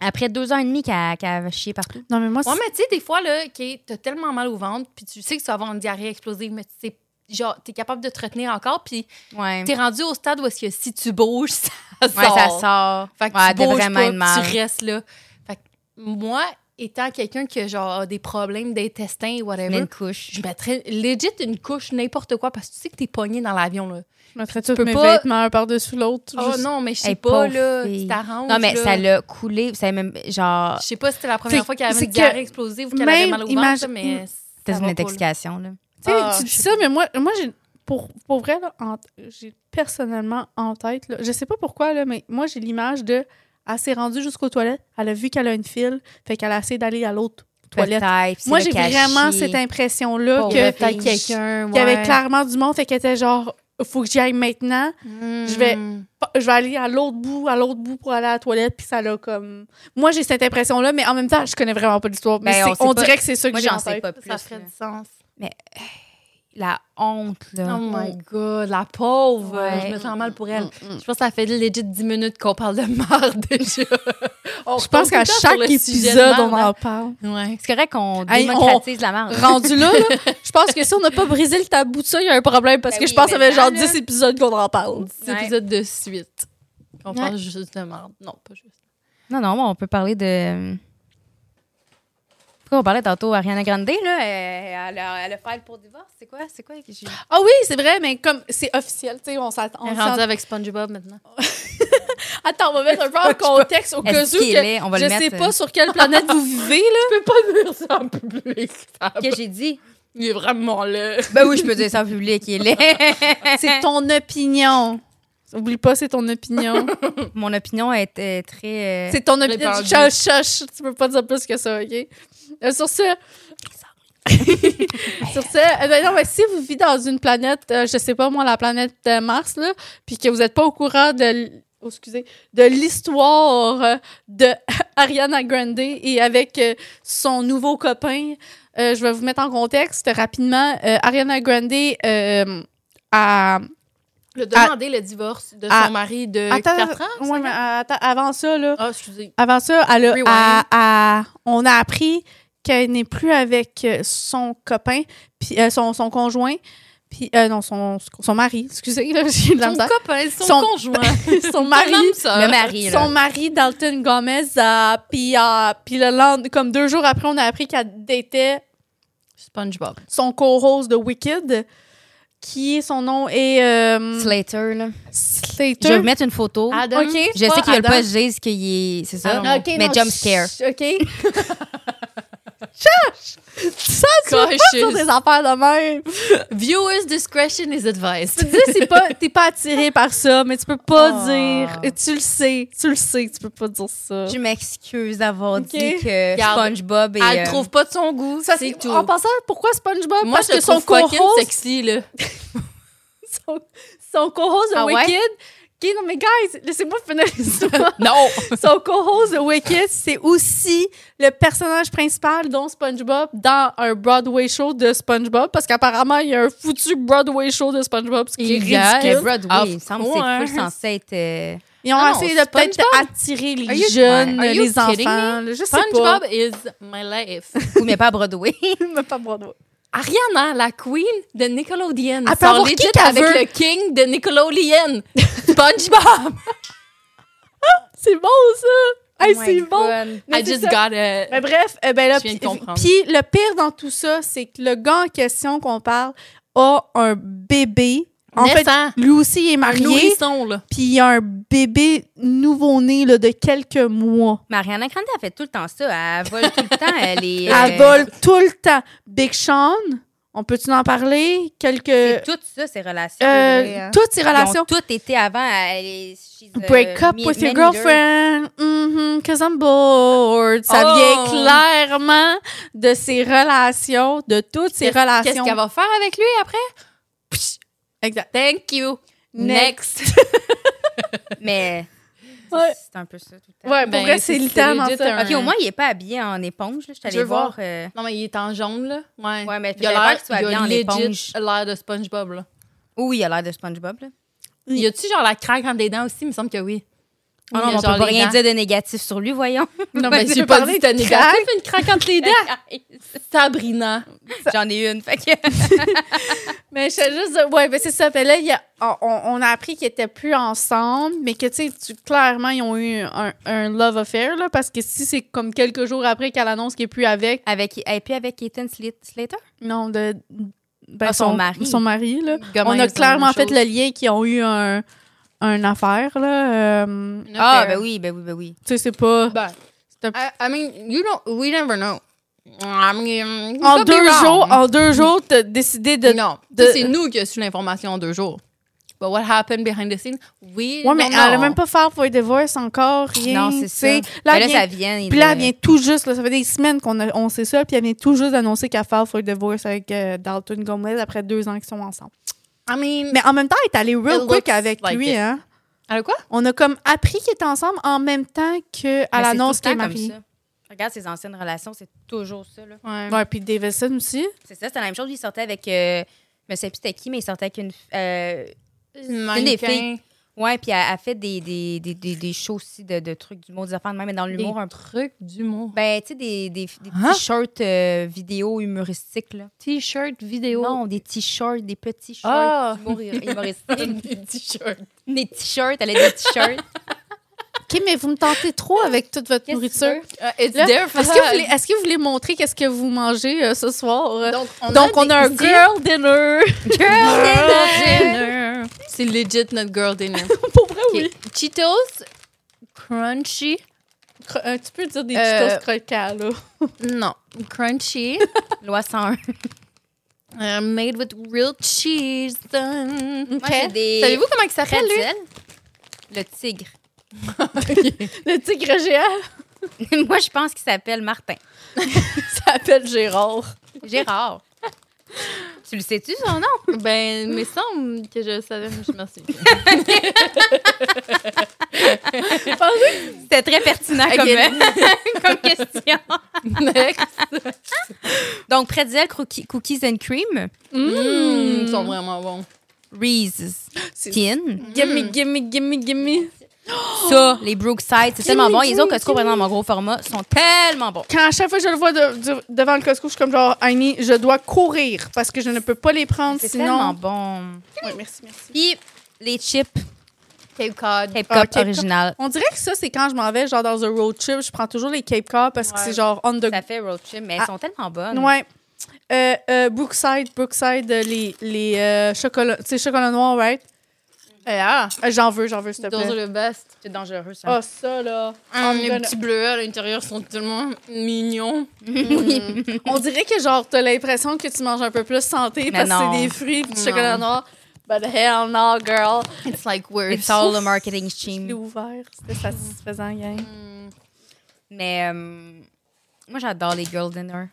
S2: Après deux heures et demie qu'elle qu'elle chiait partout.
S3: Non, mais moi, c'est-
S1: Ouais, mais tu sais, des fois, là, OK, t'as tellement mal au ventre, puis tu sais que tu vas avoir une diarrhée explosive, mais tu sais, genre, t'es capable de te retenir encore, puis
S2: Ouais.
S1: t'es rendu au stade où est-ce que si tu bouges, ça sort.
S2: Ouais, ça sort.
S1: Fait que
S2: Ouais,
S1: tu
S2: elle devait
S1: bouges
S2: vraiment
S1: pas,
S2: être
S1: puis
S2: mal.
S1: tu restes là. Fait que moi, étant quelqu'un qui a, genre, a des problèmes d'intestin,
S2: Mais
S1: whatever,
S2: une couche.
S1: je mettrais legit une couche n'importe quoi, parce que tu sais que t'es pogné dans l'avion, là.
S3: je mettrais tous
S1: peux
S3: mes
S1: pas-
S3: vêtements un par-dessus l'autre.
S1: Oh
S3: juste-
S1: non, mais je sais
S2: Hey,
S1: pas,
S2: pauvre
S1: là, tu
S2: fille.
S1: t'arranges.
S2: Non, mais
S1: là.
S2: ça l'a coulé. Ça a même, genre,
S1: Je sais pas si c'était la première
S3: C'est-
S1: fois qu'elle avait
S3: c'est
S1: une
S3: que
S1: diarrhée explosive ou qu'elle avait
S3: même
S1: mal au
S3: imagine-
S1: ventre, mais. ça
S2: c'était
S1: va
S2: une
S1: pas, là.
S2: intoxication, là.
S3: Tu sais,
S1: Ah,
S3: tu
S1: je
S3: dis
S1: sais
S3: ça, mais moi, moi j'ai pour, pour vrai, là, en- j'ai personnellement en tête, là, je sais pas pourquoi, là, mais moi, j'ai l'image de. Elle s'est rendue jusqu'aux toilettes, elle a vu qu'elle a une file, fait qu'elle a essayé d'aller à l'autre toilette.
S2: Peut-être, c'est
S3: Moi,
S2: le
S3: j'ai
S2: cachet.
S3: vraiment cette impression-là
S2: Pauvre
S1: Il y avait
S3: que-
S2: fille.
S1: peut-être
S2: je-
S1: quelqu'un.
S3: qu'il y avait
S1: ouais.
S3: clairement du monde, fait qu'elle était genre, faut que j'y aille maintenant.
S1: Mm.
S3: Je vais- Pas- Je vais aller à l'autre bout, à l'autre bout pour aller à la toilette, puis ça l'a comme. Moi, j'ai cette impression-là, mais en même temps, je connais vraiment pas l'histoire. Mais
S2: Ben, on
S3: c'est- on,
S2: sait pas.
S3: dirait que c'est ça que
S2: Moi,
S3: j'ai en
S2: j'en sais
S3: tête.
S2: pas plus.
S1: Ça ferait
S2: là.
S1: du sens.
S2: La honte, là.
S3: Ah,
S1: Oh my God, la pauvre.
S2: Ouais.
S1: Je me sens mal pour elle.
S3: Mm, mm.
S1: Je pense que ça fait legit 10 minutes qu'on parle de marde déjà. On
S3: Je pense
S1: retourne
S3: qu'à
S1: tout le temps sur
S3: chaque
S1: le sujet de
S3: épisode, on en
S1: marde,
S3: parle.
S1: hein. Ouais.
S2: C'est correct qu'on
S3: Hey,
S2: démocratise la marde.
S3: Rendu là, là, je pense que si on n'a pas brisé le tabou de ça, il y a un problème parce
S2: Ben
S3: que
S2: oui,
S3: je pense qu'il y avait genre
S2: maintenant,
S3: 10
S2: là.
S3: épisodes qu'on en parle.
S1: 10
S2: Ouais.
S1: épisodes de suite. On
S3: Ouais.
S1: parle juste de marde. Non, pas juste.
S2: Non, non, on peut parler de. Pourquoi on parlait tantôt Ariana Grande, là? Euh, Elle, elle a, elle a filé pour divorce. C'est quoi? C'est quoi? que j'ai-
S3: Ah oui, c'est vrai, mais comme c'est officiel, tu sais, on s'attend.
S1: On est rendu avec SpongeBob maintenant.
S3: Attends, on va mettre un peu en contexte au cas où
S2: Est-ce qu'il
S3: que
S2: est? On va
S3: je
S2: le
S3: sais
S2: mettre. euh,
S3: pas sur quelle planète vous vivez, là.
S1: Je peux pas dire ça en public.
S2: que j'ai dit?
S1: Il est vraiment là.
S2: Ben oui, je peux dire ça en public. Il est.
S3: C'est ton opinion. Oublie pas, c'est ton opinion.
S2: Mon opinion est euh, très. euh,
S3: c'est ton opinion.
S1: Répandu.
S3: Chuch, chuch, tu peux pas dire plus que ça, OK? Euh, sur ce... sur ce, euh, ben non, mais si vous vivez dans une planète, euh, je sais pas moi, la planète euh, Mars, là, puis que vous n'êtes pas au courant de... l- oh, excusez, de l'histoire euh, de Ariana Grande et avec euh, son nouveau copain. Euh, je vais vous mettre en contexte rapidement. Euh, Ariana Grande euh, a
S1: Le demander le divorce de
S3: Ah.
S1: son mari de
S3: Attends,
S1: 4 Euh, ans.
S3: ouais, mais, euh, attends, avant ça, là,
S1: Ah, excusez.
S3: avant ça, elle a-
S1: Rewind.
S3: a- a- on a appris qu'elle n'est plus avec euh, son copain, puis euh, son, son conjoint, puis euh, non, son, son mari, excusez, là, j'ai de la
S1: Son
S3: misère.
S1: copain, son,
S3: Son-
S1: conjoint.
S3: Son, mari,
S1: Son homme, ça.
S2: Le mari, là.
S3: son mari, Dalton Gomez, euh, puis euh, puis le lend- comme deux jours après, on a appris qu'elle datait
S1: SpongeBob.
S3: son co-host de Wicked, qui son nom est euh,
S2: Slater, là. Je vais
S3: Slater.
S2: vous mettre une photo.
S1: Adam.
S3: Ok.
S2: Je sais
S1: pas
S2: qu'ils veulent
S1: Adam.
S2: pas que je dise qu'il est. C'est ça?
S1: Ah,
S3: Ok,
S2: Mais
S3: non,
S2: jump scare.
S3: ch- OK. sur
S1: Cautious.
S3: des affaires de même.
S1: Viewers discretion is
S3: Tu
S1: advised.
S3: dis c'est pas t'es pas attiré par ça, mais tu peux pas
S2: Ah.
S3: dire et tu le sais, tu le sais, que tu peux pas dire ça.
S2: Je m'excuse d'avoir
S3: Ok.
S2: dit que
S1: Regarde.
S2: SpongeBob est.
S1: Elle
S2: euh,
S1: le trouve pas de son goût.
S3: Ça,
S1: c'est tout.
S3: En passant, pourquoi SpongeBob
S1: Moi,
S3: Parce
S1: je le
S3: que son
S1: trouve fucking
S3: co-host,
S1: sexy, là.
S3: son, son co-host de
S2: Ah ouais?
S3: Wicked, qui non mais guys, laissez-moi finir l'histoire.
S1: Non!
S3: son co-host de Wicked, c'est aussi le personnage principal dont SpongeBob dans un Broadway show de SpongeBob parce qu'apparemment il y a un foutu Broadway show de SpongeBob ce qui est
S1: Il y a-
S3: ridicule.
S2: que Broadway,
S1: Of
S2: il me semble que c'est
S1: course.
S2: full censé être. euh,
S3: Ils ont
S1: Ah non,
S3: essayé de peut-être
S1: SpongeBob.
S3: attirer les
S1: Are you-
S3: jeunes,
S1: Ouais. Are you
S3: les
S1: kidding
S3: enfants. là, Je sais pas.
S1: SpongeBob is my life.
S2: Ou mais pas à Broadway.
S3: Mais pas Broadway.
S1: Ariana, la queen de
S3: Elle
S1: Nickelodeon,
S3: peut
S1: sort
S3: avoir
S1: legit
S3: qui qu'elle
S1: avec
S3: veut.
S1: le king de Nickelodeon, SpongeBob.
S3: C'est bon, ça! Hey,
S2: Oh my
S3: c'est bon!
S2: God.
S3: Mais
S1: I
S3: c'est
S1: just
S3: ça.
S1: got it.
S3: Mais bref, euh, ben là,
S1: Je viens de
S3: puis-
S1: comprendre.
S3: puis le pire dans tout ça, c'est que le gars en question qu'on parle a un bébé. En fait,
S1: Naissant.
S3: lui aussi il est
S1: Un
S3: marié,
S1: nourrisson, là.
S3: puis il a un bébé nouveau-né là, de quelques mois.
S2: Mariana Grande, elle fait tout le temps ça. Elle vole tout le temps. Elle est.
S3: Elle
S2: euh,
S3: vole tout le temps. Big Sean, On peut-tu en parler?
S2: C'est
S3: Quelques.
S2: tout ça, ces relations.
S3: euh,
S2: ouais, hein.
S3: toutes ces
S2: Ils ont
S3: relations.
S2: toutes été avant. à- les- she's, euh,
S3: Break up
S2: mi-
S3: with your
S2: man eater.
S3: girlfriend. Mhm, cause I'm bored. Ça
S1: Oh!
S3: vient clairement de ses relations, de toutes ses
S1: Qu'est-ce-
S3: relations.
S1: Qu'est-ce qu'elle va faire avec lui après? Psh,
S3: Exact.
S1: Thank you. Next.
S2: Mais c'est-
S3: Ouais.
S2: c'est un peu ça tout le temps.
S3: Ouais, pour
S1: Ben,
S3: vrai,
S1: c'est-
S3: c'est
S1: c'est
S3: littéralement
S1: legit
S3: ça.
S1: un-
S2: OK, au moins, il n'est pas habillé en éponge. Là. Je suis
S1: Je
S2: allée
S1: veux
S2: voir. euh,
S1: non, mais il est en jaune, là. Ouais.
S2: Ouais, mais
S1: il a
S2: j'avais peur
S1: l'air
S2: qu'il soit
S1: il a
S2: habillé en éponge.
S1: legit l'air de SpongeBob, là.
S2: Oui, il a l'air de SpongeBob. Là.
S3: Oui.
S1: Y a-tu genre la craque entre les dents aussi? Il me semble que oui.
S2: Ah non,
S1: Il y a
S2: on
S1: genre
S2: peut pas
S1: les
S2: rien
S1: dents.
S2: dire de négatif sur lui, voyons.
S3: Non,
S1: Ben,
S3: mais
S1: j'ai pas dit que t'as négatif, une craque entre les dents. Sabrina.
S2: J'en ai une. Fait que...
S3: Mais je sais juste, dire- ouais, ben c'est ça. Ben là, il y a- on, on a appris qu'ils étaient plus ensemble, mais que, tu sais, tu- clairement, ils ont eu un, un love affair, là, parce que si c'est comme quelques jours après qu'elle annonce qu'il est plus avec,
S2: avec, et puis avec Ethan Slit- Slater.
S3: non, de. ben,
S2: Ah, son mari.
S3: Son mari, là.
S1: Comment
S3: on
S1: ils
S3: a
S1: sont
S3: clairement
S1: la
S3: fait
S1: chose?
S3: le lien qu'ils ont eu un, un affaire, là. euh,
S1: Une
S2: Ah,
S1: affaire.
S2: ben oui, ben oui, ben oui.
S3: tu sais, c'est pas.
S1: Ben,
S3: C'est un-
S1: I, I mean, you don't, we never know. I mean,
S3: en,
S1: could be
S3: deux
S1: wrong.
S3: jours, en deux jours, t'as décidé de.
S1: non,
S3: de-
S1: Ça, c'est nous qui avons su l'information en deux jours. But what happened behind the scenes, we
S3: Ouais, mais
S1: don't
S3: elle a
S1: know.
S3: même pas fait for a divorce encore, rien.
S2: Non, c'est
S3: tu
S2: ça.
S3: sais.
S2: Là, Ben
S3: Là,
S2: là
S3: elle
S2: ça
S3: vient-
S2: vient. il
S3: Puis là,
S2: est-
S3: elle vient tout juste, là, ça fait des semaines qu'on a- on sait ça, puis elle vient tout juste d'annoncer qu'elle fait for a divorce avec euh, Dalton Gomez après deux ans qu'ils sont ensemble.
S1: I mean,
S3: Mais en même temps, elle est allée real
S1: It
S3: quick
S1: looks
S3: avec
S1: like
S3: lui,
S1: it.
S3: hein.
S1: elle a quoi?
S3: On a comme appris qu'ils étaient ensemble en même temps qu'elle
S2: Mais c'est
S3: annonce
S2: tout
S3: qu'elle
S2: le
S3: est
S2: temps comme
S3: mariée.
S2: ça. Regarde ses anciennes relations, c'est toujours ça. Là.
S1: Ouais.
S3: Ouais, puis Davison aussi.
S2: C'est ça, c'est la même chose. Lui, il sortait avec. Euh, je me sais plus c'était qui, mais il sortait avec une. euh,
S1: Une
S2: des filles. ouais, puis elle a fait des, des, des, des, des shows aussi de, de trucs d'humour, des affaires de même, mais dans l'humour un peu.
S1: truc d'humour.
S2: Ben, tu sais, des, des, des
S1: Hein?
S2: t-shirts euh, vidéo humoristiques, là.
S1: T-shirt vidéo.
S2: Non, des t-shirts, des petits shirts
S1: Ah!
S2: humour- humoristiques.
S1: T-shirt.
S2: des t-shirts, elle a des t-shirts.
S3: OK, mais vous me tentez trop avec toute votre
S2: Qu'est-ce que tu
S3: nourriture.
S1: it's
S3: Là, ah,
S1: there
S3: Euh,
S1: for
S3: Est-ce que, vous
S1: her.
S3: voulez- est-ce que vous voulez montrer qu'est-ce que vous mangez euh, ce soir? euh?
S1: Donc, on
S3: Donc, on a,
S1: des-
S3: un
S1: ici-
S3: girl dinner.
S2: Girl, dinner!
S1: dinner. C'est legit notre girl dinner.
S3: Pour vrai,
S1: Ok. Cheetos, crunchy.
S3: Cro- euh, tu peux dire des
S1: Euh,
S3: Cheetos croquants, là.
S1: Non, crunchy.
S2: Loi 101.
S1: Uh, made with real cheese. Um,
S2: Moi, j'ai des
S1: Savez-vous comment il s'appelle, lui?
S2: pretzels. Le tigre.
S3: Le tigre géant
S2: Moi, je pense qu'il s'appelle Martin.
S3: s'appelle Gérard.
S2: Gérard. tu le sais-tu, son nom?
S1: Ben, il me semble que je savais. mais Je merci.
S2: C'était très pertinent comme, comme question.
S1: Next.
S2: Donc, pretzel, crookie- cookies and cream,
S1: Mm, Ils sont vraiment bons.
S2: Reese's
S3: C'est-
S2: Tin.
S3: Gimme, gimme, gimme, gimme.
S2: Ça, les Brookside, c'est tellement bon. Les
S3: gimme,
S2: autres Costco, par exemple, en gros format, sont tellement bons.
S3: Quand à chaque fois que je le vois de- de- devant le Costco, je suis comme genre, Annie, je dois courir parce que je ne peux pas les prendre
S2: C'est tellement
S3: sinon.
S2: bon.
S3: Ouais, merci, merci.
S2: Puis, les chips
S1: Cape Cod.
S2: Cape
S3: Ah,
S2: Cod
S3: Cape Cod.
S2: original.
S3: On dirait que ça, c'est quand je m'en vais, genre dans un road trip, je prends toujours les Cape Cod parce que
S1: Ouais.
S3: c'est genre on the
S2: Ça fait road trip, mais elles sont tellement bonnes.
S3: Ah. Ouais. Euh, euh, Brookside, Brookside, euh, les, les euh, chocolats, tu sais, chocolat noir, right?
S1: Eh, ah,
S3: Euh, j'en veux, j'en veux, s'il te
S1: those
S3: plaît.
S1: are the best.
S2: C'est dangereux, ça.
S3: Ah, ça, là.
S1: Ah,
S3: I'm
S1: les
S3: gonna-
S1: petits bleus à l'intérieur sont tellement mignons.
S3: On dirait que, genre, t'as l'impression que tu manges un peu plus santé
S2: Mais
S3: parce
S2: non.
S3: que c'est des fruits et du
S1: Non.
S3: chocolat noir. But hell no, girl.
S1: It's like weird.
S2: It's all the marketing
S3: Je l'ai
S2: scheme.
S3: ouvert. C'était satisfaisant, gang.
S1: Mm.
S2: Mais euh, moi, j'adore les girl dinner.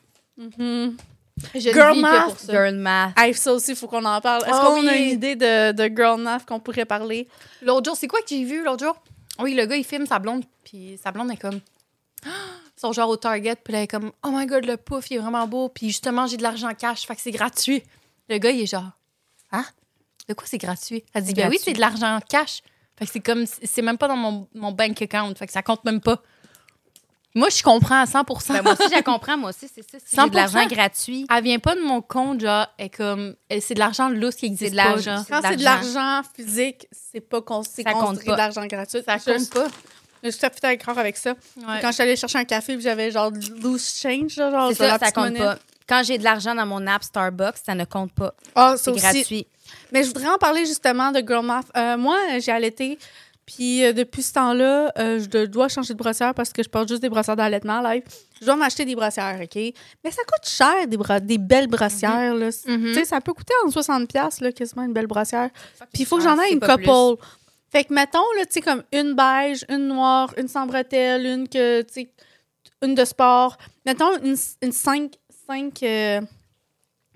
S1: Je ne
S3: Girl
S1: vis que
S3: math.
S1: pour ça.
S2: Girl math.
S3: Hey, ça aussi, il faut qu'on en parle. Est-ce
S1: Oh
S3: qu'on a
S1: oui.
S3: une idée de, de Girl Nav qu'on pourrait parler?
S1: L'autre jour, c'est quoi que j'ai vu l'autre jour? Oui, le gars, il filme sa blonde, puis sa blonde est comme. Ah! Ils sont genre au Target, puis là, elle est comme, oh my god, le pouf, il est vraiment beau, puis justement, j'ai de l'argent cash, fait que c'est gratuit. Le gars, il est genre, hein? De quoi c'est gratuit? Elle dit,
S2: C'est
S1: ben oui,
S2: gratuit.
S1: c'est de l'argent cash. Fait que c'est comme, c'est même pas dans mon, mon bank account, fait que ça compte même pas. Moi, je comprends à 100
S2: Ben, moi aussi, je la comprends. Moi aussi, c'est ça. Si j'ai de
S1: 100%.
S2: l'argent gratuit.
S1: Elle vient pas de mon compte, genre, elle est comme, elle- c'est de l'argent lousse qui
S2: C'est
S1: existe
S2: de
S1: pas,
S2: l'argent.
S1: genre.
S3: Quand c'est de l'argent physique, c'est pas con, c'est
S2: Ça compte
S3: considéré
S2: pas.
S3: de l'argent gratuit.
S1: Ça
S3: Je-
S1: compte pas.
S3: Je suis tout à fait d'accord avec ça.
S1: Ouais.
S3: Quand je suis allée chercher un café, puis j'avais genre de loose change, là, genre
S2: C'est
S3: de la
S2: ça, ça
S3: petite
S2: compte
S3: monnaie.
S2: pas. Quand j'ai de l'argent dans mon app Starbucks, ça ne compte pas.
S3: Ah, ça
S2: C'est
S3: aussi.
S2: gratuit.
S3: Mais je voudrais en parler justement de Girl Math. Euh, moi, j'ai allaité Puis euh, depuis ce temps-là, euh, je de- dois changer de brossière parce que je porte juste des brossières d'allaitement live. Je dois m'acheter des brossières, OK? Mais ça coûte cher, des, bro- des belles
S2: Mm-hmm.
S3: brossières. là. C'est- Tu sais, ça peut coûter en 60$, là, quasiment une belle brossière. Puis il faut que j'en
S2: Ah,
S3: aie
S2: c'est
S3: une
S2: pas plus.
S3: couple. Fait que mettons, là, tu sais, comme une beige, une noire, une sans bretelles, une que, tu sais, une de sport. Mettons une, une 5,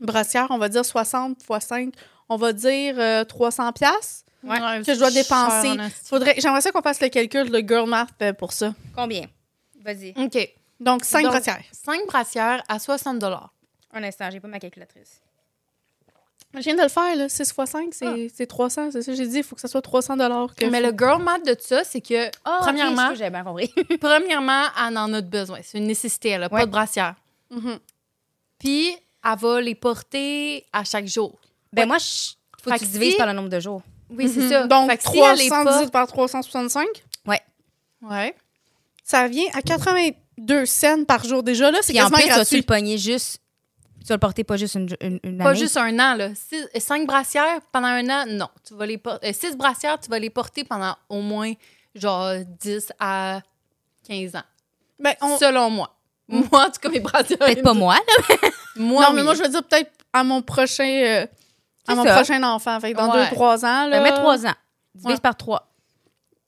S3: brossières, on va dire 60 fois 5, on va dire euh, 300$. piastres.
S2: Ouais,
S3: que je dois dépenser. Faudrait, j'aimerais ça qu'on fasse le calcul de girl math euh, pour ça.
S2: Combien? Vas-y.
S1: OK.
S3: Donc, 5
S1: Donc-
S3: brossières.
S1: Cinq brassières à 60
S2: Un instant, j'ai pas ma calculatrice.
S3: Je viens de le faire, là. 6 fois 5, c'est, c'est 300. C'est ça que j'ai dit. Il faut que ça soit 300 que
S1: Mais le girl math de ça, c'est que,
S2: Ah, ok,
S1: Premièrement-
S2: excuse, J'avais bien compris.
S1: premièrement, elle en a de besoin. C'est une nécessité, elle n'a
S2: Ouais.
S1: pas de brassière.
S3: Mhm.
S1: Puis, elle va les porter à chaque jour.
S2: ben moi, je- faut
S1: Fait
S2: que tu
S1: que
S2: divises
S1: si-
S2: par le nombre de jours.
S1: Oui, c'est
S3: Mhm.
S1: ça. Fait
S3: Donc,
S1: que si elle les
S3: 310
S1: porte-
S3: par 365,
S1: Ouais.
S3: ça vient à 82 cents par jour. Déjà, là, c'est
S2: Puis en
S3: quasiment
S2: plus, tu vas-tu le
S3: gratuit.
S2: pogner juste... Tu vas le porter pas juste une, une, une
S1: Pas
S2: année?
S1: juste un an, là. Six- cinq brassières pendant un an, non. Tu vas les por- euh, six brassières, tu vas les porter pendant au moins, genre, 10 à 15 ans.
S3: Ben, on-
S1: Selon moi. Moi, en tout cas, mes brassières.
S2: Peut-être pas moi, là.
S1: Moi,
S3: non, mais
S1: oui.
S3: moi, je veux dire peut-être à mon prochain, euh, à
S2: C'est
S3: mon
S2: ça.
S3: prochain enfant. Fait que dans
S1: Ouais.
S3: 2-3 ans, là.
S2: Ben, mets 3 ans. Divise
S3: Ouais.
S2: par 3.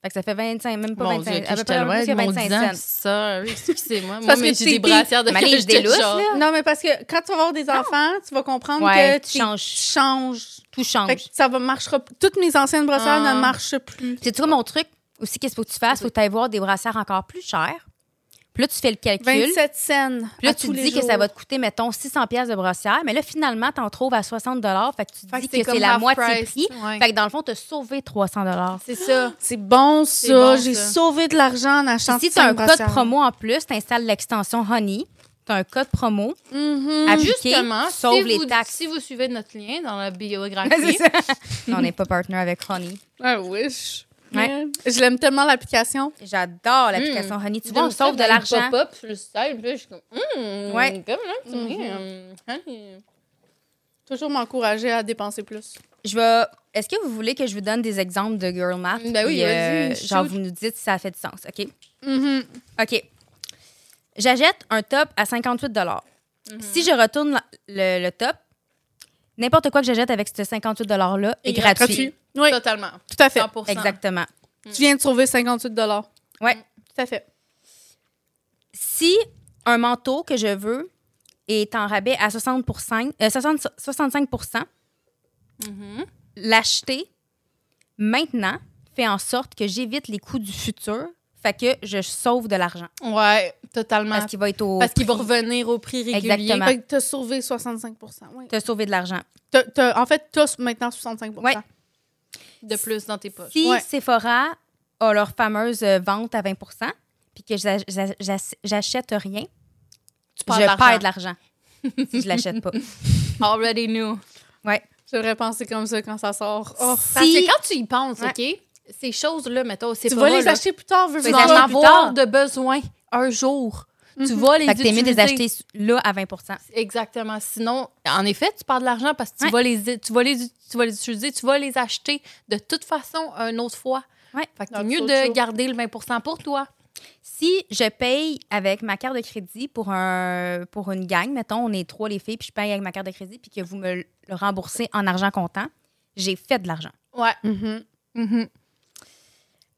S2: Fait que ça fait 25, même pas
S1: Mon
S2: 25.
S1: Dieu, que
S2: à peu
S1: je
S2: près un peu
S1: t'éloigne
S2: plus que
S1: de mon
S2: 25
S1: 10 ans,
S2: cents.
S1: sorry, excusez-moi. Moi,
S3: parce
S1: mais
S3: que
S1: j'ai
S3: t'es-
S1: des brassières de
S2: ma livre
S1: je
S2: des lousses,
S1: genre.
S2: là.
S3: Non, mais parce que quand tu vas avoir des enfants, tu vas comprendre
S2: Ah. Ouais,
S3: que
S2: tu
S3: t'es-
S2: changes.
S3: tu changes.
S2: Tout
S3: Fait que
S2: change.
S3: ça va marchera. Toutes mes anciennes brossières
S1: Ah.
S3: ne marchent plus.
S2: C'est tu vois mon truc aussi, qu'est-ce qu'il faut que tu fasses? Faut que tu ailles voir des brassières encore plus chères. Puis là, tu fais le calcul.
S3: 27 scènes.
S2: Puis là, tu te dis que ça va te coûter, mettons, 600 pièces de brassière. Mais là, finalement, tu en trouves à 60 Fait que tu te
S1: Fait que
S2: dis
S1: c'est
S2: que
S1: comme
S2: c'est la
S1: half
S2: moitié
S1: price.
S2: prix.
S1: Ouais.
S2: Fait que dans le fond, tu as sauvé 300
S1: C'est ça.
S3: C'est bon,
S1: C'est
S3: ça.
S1: bon,
S3: J'ai
S1: ça.
S3: sauvé de l'argent en
S2: Puis
S3: achetant
S2: Si tu as un
S3: cinq
S2: code
S3: brassières.
S2: promo en plus, tu installes l'extension Honey. Tu as un code promo.
S3: Mhm.
S2: Appliqué,
S1: Mm. Justement,
S2: Ah, sauve
S1: si
S2: les
S1: vous,
S2: taxes.
S1: si vous suivez notre lien dans la
S2: C'est
S1: biographie,
S2: ça. Non, on n'est pas partner avec Honey.
S3: I wish.
S2: Ouais.
S3: Mais Je l'aime tellement, l'application.
S1: Mm.
S2: J'adore l'application Honey. Tu vois, on
S1: J'aime ça
S2: sauve de
S1: dans les
S2: l'argent.
S1: pop-up sur le site, puis je suis comme, hum,
S2: Ouais. Mm-hmm.
S1: comme là, tu vois, hum,
S3: Toujours m'encourager à dépenser plus.
S2: Je vais. Est-ce que vous voulez que je vous donne des exemples de girl math?
S1: Ben oui,
S2: Puis, euh,
S1: vas-y, shoot. Mm-hmm.
S2: genre, vous nous dites si ça a fait du sens, OK?
S3: Mhm.
S2: OK. J'achète un top à 58
S1: Mm-hmm.
S2: Si je retourne la- le, le top, n'importe quoi que j'achète avec ce 58 $-là est
S1: Est
S2: gratuit.
S1: gratuit.
S3: Oui,
S1: totalement,
S3: tout à fait.
S1: 100%.
S2: Exactement.
S3: Tu viens de sauver 58
S2: Ouais.
S3: Tout à fait.
S2: Si un manteau que je veux est en rabais à 60 euh, 60 65
S1: Mhm.
S2: l'acheter maintenant fait en sorte que j'évite les coûts du futur, fait que je sauve de l'argent
S1: Ouais, totalement.
S2: parce qu'il va être au
S1: Parce qu'il va revenir au prix régulier.
S2: Exactement.
S3: Fait que t'as sauvé 65 Oui.
S2: te sauver de l'argent.
S3: T'as- t'as- en fait, t'as maintenant 65
S2: Ouais.
S1: De plus dans tes poches.
S2: Si
S3: Ouais.
S2: Sephora a leur fameuse euh, vente à 20 puis que j'a- j'a- j'a- j'achète rien,
S1: Tu parles
S2: je
S1: d'argent.
S2: perds de l'argent si je l'achète pas.
S1: Already knew.
S2: Ouais.
S3: J'aurais pensé comme ça quand ça sort. Oh.
S1: Parce
S2: Si-
S1: que quand tu y penses,
S2: Ouais.
S1: OK, ces choses-là, mettons, c'est
S3: Tu
S1: pas
S3: vas
S1: vrai,
S3: les
S1: là.
S3: acheter plus tard, veux
S1: Tu
S2: les
S3: veux
S1: vas en
S2: acheter
S3: pas.
S2: plus tard.
S1: avoir de besoin un jour. Tu vas les
S2: Fait que t'es mieux de les
S1: utiliser.
S2: acheter s- là à 20
S1: Exactement. Sinon, en effet, tu perds de l'argent parce que tu,
S2: Ouais.
S1: vas les, tu, vas les, tu vas les utiliser, tu vas les acheter de toute façon une autre fois.
S2: Ouais.
S1: Fait que
S3: Dans
S1: c'est mieux
S3: d'autres
S1: de
S3: choses.
S1: garder le 20 pour toi.
S2: Si je paye avec ma carte de crédit pour un pour une gang, mettons, on est trois les filles, puis je paye avec ma carte de crédit, puis que vous me le remboursez en argent comptant, j'ai fait de l'argent.
S1: Ouais.
S3: Mhm.
S1: Mhm.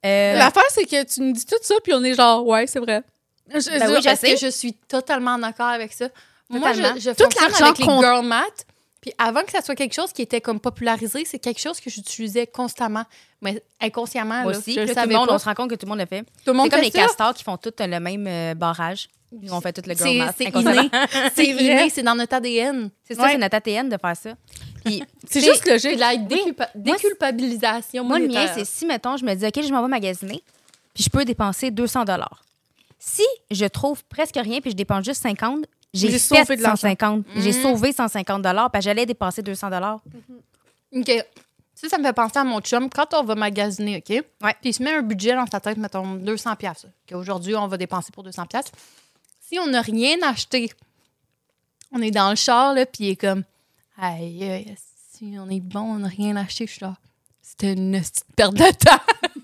S2: Euh,
S3: L'affaire, c'est que tu nous dis tout ça, puis on est genre, ouais, c'est vrai. Je-
S2: Ben
S3: je-
S2: oui,
S1: Parce
S2: sais.
S1: que je suis totalement d'accord avec ça. Moi,
S2: Totalement.
S1: je, je
S3: Tout
S1: fonctionne
S3: l'argent
S1: avec les
S3: compte.
S1: girl math. Puis avant que ça soit quelque chose qui était comme popularisé, c'est quelque chose que j'utilisais constamment, mais inconsciemment.
S2: moi
S1: là,
S2: aussi,
S1: je
S2: Puis
S1: le
S2: là, tout
S1: savais
S2: le monde,
S1: pas.
S2: on se rend compte que tout le monde le fait.
S1: Tout le
S2: C'est
S1: monde
S2: comme
S1: fait
S2: les
S1: ça.
S2: castors qui font tous euh, le même euh, barrage. Nous, on fait tout le girl
S1: C'est
S2: math
S1: c'est
S2: inconsciemment.
S1: inné. C'est inné, c'est dans notre ADN.
S2: C'est ça,
S3: Ouais.
S2: c'est notre ATN de faire ça. Puis,
S3: C'est juste
S1: C'est
S3: logique.
S1: de la déculpa- déculpabilisation
S2: moi, le mien,
S1: monétaire.
S2: c'est si, mettons, je me dis, OK, je m'en vais magasiner, puis je peux dépenser 200 Si je trouve presque rien, puis je dépense juste 50 j'ai
S3: J'ai
S2: fait
S3: sauvé de l'argent.
S2: 150
S3: Hmm.
S2: J'ai
S1: Mhm.
S2: sauvé 150 parce que j'allais dépenser 200
S1: OK. Ça, ça me fait penser à mon chum. Quand on va magasiner, OK? Puis il se met un budget dans sa tête, mettons 200 pièces. Aujourd'hui, on va dépenser pour 200 pièces. Si on n'a rien acheté, on est dans le char, là, puis il est comme, aïe, aïe, si on est bon, on n'a rien acheté, je suis là. C'était une petite perte de temps.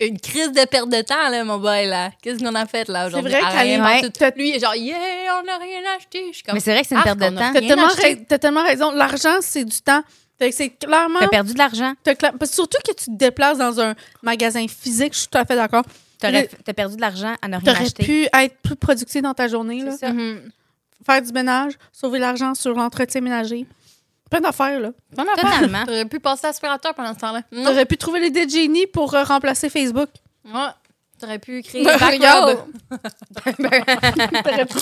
S1: une crise de perte de temps, là, mon boy, là. Qu'est-ce qu'on a fait, là, aujourd'hui?
S3: vrai
S1: Ah,
S3: qu'elle
S1: rien,
S2: est-
S1: pas tout- Lui, il est genre, yeah, on n'a rien acheté. Je suis comme,
S2: Mais c'est vrai que c'est une
S1: Ah,
S2: perte de
S1: qu'on a
S2: temps.
S3: T'as
S1: rien
S3: tellement,
S1: acheté.
S3: rai- t'as tellement raison. L'argent, c'est du temps. Fait que c'est clairement.
S2: T'as perdu de l'argent.
S3: t'as cla- parce que surtout que tu te déplaces dans un magasin physique, je suis tout à fait d'accord.
S2: T'aurais- T'as perdu de l'argent à ne rien
S3: T'aurais
S2: acheter.
S3: pu être plus productif dans ta journée, là.
S2: C'est ça.
S1: Mhm.
S3: Faire du ménage, sauver l'argent sur l'entretien ménager. Plein d'affaires, là.
S1: Bonne affaire.
S2: Totalement.
S1: T'aurais pu passer aspirateur pendant ce temps-là. Mm.
S3: T'aurais pu trouver l'idée de génie pour euh, remplacer Facebook.
S1: Ouais. T'aurais pu créer
S3: Ben,
S1: Backrub.
S3: regarde. T'aurais pu.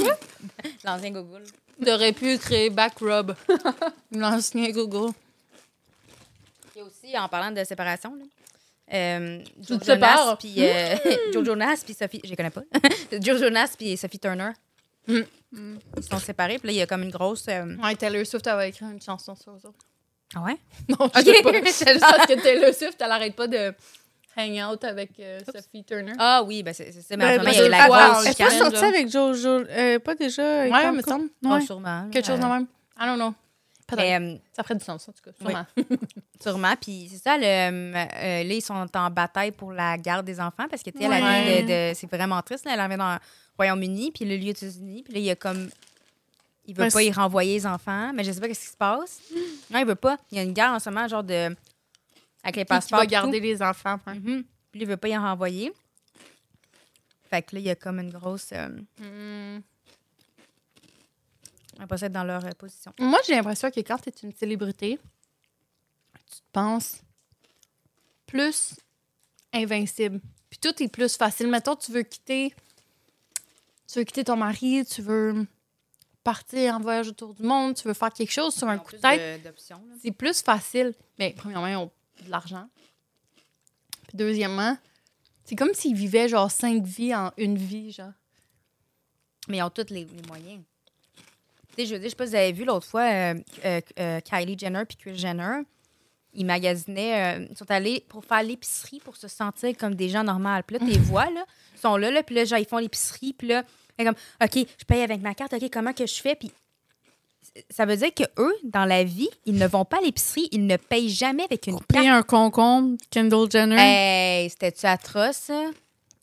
S2: L'ancien Google.
S1: T'aurais pu créer Backrub. L'ancien Google.
S2: Et aussi, en parlant de séparation, là, euh, Joe, Jonas,
S3: te sépares.
S2: puis, euh, Joe Jonas puis Sophie, je les connais pas. Joe Jonas puis Sophie Turner.
S3: Hmm.
S1: Mm.
S2: Ils sont séparés, puis là, il y a comme une grosse. euh,
S1: Ouais, Taylor Swift, elle va écrire une chanson sur eux autres.
S2: Ah ouais?
S1: Non, je sais pas. C'est juste parce que Taylor Swift, elle arrête pas de hang out avec euh, Sophie Turner.
S2: Ah oui, ben c'est c'est ça, mais
S3: Ben,
S2: en ce moment, il
S3: parce
S2: y a eu
S3: que-
S2: la
S1: Attends,
S2: grosse
S3: Est-ce que
S1: chicane,
S3: je
S2: chicane.
S3: sortais
S1: là.
S3: avec Jojo? euh, pas déjà?
S1: Ouais,
S3: il parle
S1: me
S3: quoi?
S1: semble.
S3: Ouais.
S2: Ah, sûrement.
S1: Quelque chose de
S2: euh,
S1: même. I don't know. Peut-être.
S2: mais, euh,
S1: Ça ferait du sens, en tout cas.
S2: Oui.
S1: Sûrement.
S2: Sûrement. Puis c'est ça, le, euh, euh, là, ils sont en bataille pour la garde des enfants parce que, tu sais, elle
S1: Ouais.
S2: arrive de, de- C'est vraiment triste, là. Elle arrive dans le Royaume-Uni, puis le lieu des États-Unis, puis là, il y a comme. Il veut
S3: Ben,
S2: pas
S3: c'est-
S2: y renvoyer les enfants, mais je sais pas qu'est-ce qui se passe. Non, il veut pas. Il y a une guerre en ce moment, genre de. Avec les
S1: Qui
S2: passeports.
S1: va
S2: puis
S1: garder les enfants.
S2: tout.
S1: hein.
S2: Mhm. Puis là, il veut pas y en renvoyer. Fait que là, il y a comme une grosse. euh,
S1: Mm.
S2: on va pas être dans leur euh, position.
S1: Moi, j'ai l'impression que quand tu es une célébrité, tu te penses plus invincible. Puis tout est plus facile. Mettons, tu veux quitter, tu veux quitter ton mari, tu veux partir en voyage autour du monde, tu veux faire quelque chose sur un coup de tête. C'est plus facile. Mais premièrement, ils ont de l'argent. Puis deuxièmement, c'est comme s'ils vivaient genre cinq vies en une vie, genre.
S2: Mais ils ont tous les, les moyens. Tu sais, je veux dire, je sais pas si vous avez vu l'autre fois, euh, euh, euh, Kylie Jenner puis Chris Jenner, ils magasinaient, euh, ils sont allés pour faire l'épicerie pour se sentir comme des gens normaux. Puis là, tu les vois, là, ils sont là, là, puis là, genre, ils font l'épicerie, puis là, ils sont comme, OK, je paye avec ma carte, OK, comment que je fais? Puis ça veut dire que eux, dans la vie, ils ne vont pas à l'épicerie, ils ne payent jamais avec une
S3: Couper
S2: carte.
S3: un concombre, Kendall Jenner.
S2: Hey, c'était-tu atroce, ça?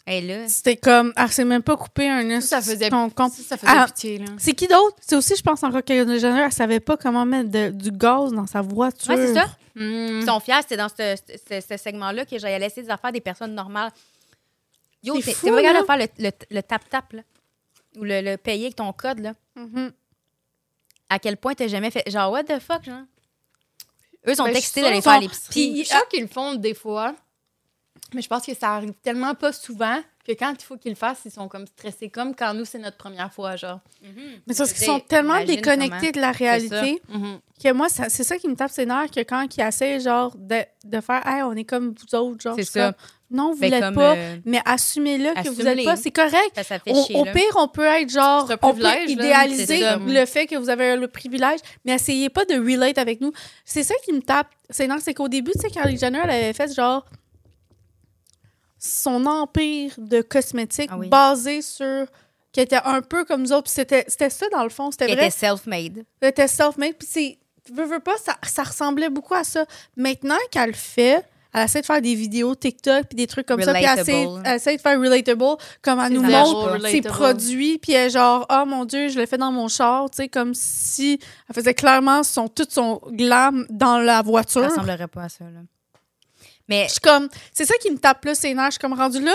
S2: Hey, là,
S3: C'était comme, elle s'est même pas coupé un esti
S1: Ça, ça faisait-
S3: concombre.
S1: Ça, ça faisait
S3: Ah.
S1: pitié, là.
S3: C'est qui d'autre? C'est aussi, je pense, encore Kendall Jenner, elle savait pas comment mettre de- du gaz dans sa voiture.
S2: ouais, c'est ça.
S1: Mm.
S2: Ils sont fiers, c'est dans ce, ce- ce segment-là que j'allais laisser des affaires des personnes normales. Yo,
S3: C'est
S2: t'es
S3: fou,
S2: t'es pas capable
S3: là.
S2: de faire le, le- le tap-tap, là. Ou le, le payer avec ton code, là.
S3: Mhm.
S2: À quel point t'as jamais fait. Genre, what the fuck, genre? Eux sont
S1: Ben, je
S2: excités
S1: suis
S2: d'aller
S1: sûre
S2: faire à
S1: qu'ils
S2: l'épicerie.
S1: Puis, je suis sûre qu'ils le font des fois, mais je pense que ça arrive tellement pas souvent que quand il faut qu'ils le fassent, ils sont comme stressés, comme quand nous, c'est notre première fois, genre.
S2: Mhm.
S3: Mais sauf
S2: Je
S3: qu'ils
S2: veux
S3: sont
S2: dire,
S3: tellement
S2: imagine
S3: déconnectés de la réalité
S1: Mhm.
S3: que moi, ça- c'est ça qui me tape ses nerfs, que quand ils essaient, genre, de, de faire, hey, on est comme vous autres, genre.
S2: C'est
S3: je suis
S2: ça.
S3: comme, non, vous
S2: Ben,
S3: l'êtes
S2: comme,
S3: pas,
S2: euh,
S3: mais assumez-le que vous
S2: assumez-les.
S3: êtes pas, c'est correct.
S2: ça, ça fait
S3: Au,
S2: chier,
S3: au
S2: là.
S3: pire, on peut être genre,
S1: C'est un
S3: on peut
S1: privilège, là,
S3: idéaliser
S1: c'est ça.
S3: le fait que vous avez le privilège, mais essayez pas de relate avec nous. C'est ça qui me tape. C'est non, c'est qu'au début, tu sais, Kylie Jenner, elle avait fait genre son empire de cosmétiques
S2: Ah oui.
S3: basé sur qui était un peu comme nous autres. Puis C'était c'était ça dans le fond, c'était
S2: Qui
S3: vrai.
S2: était self-made.
S3: Elle était self-made. Puis c'est, veux, veux pas, ça, ça ressemblait beaucoup à ça. Maintenant qu'elle le fait. Elle essaie de faire des vidéos TikTok puis des trucs comme ça. Puis elle essaie,
S2: Relatable.
S3: elle essaie de faire relatable, comme elle
S2: C'est
S3: nous
S2: ça.
S3: montre
S1: Zéro relatable.
S3: ses produits, puis elle est genre, oh mon Dieu, je l'ai fait dans mon char, tu sais, comme si elle faisait clairement son, tout son glam dans la voiture.
S2: Ça ressemblerait pas à ça, là. Mais
S3: Je suis comme, c'est ça qui me tape plus les nerfs. Je suis comme rendu là,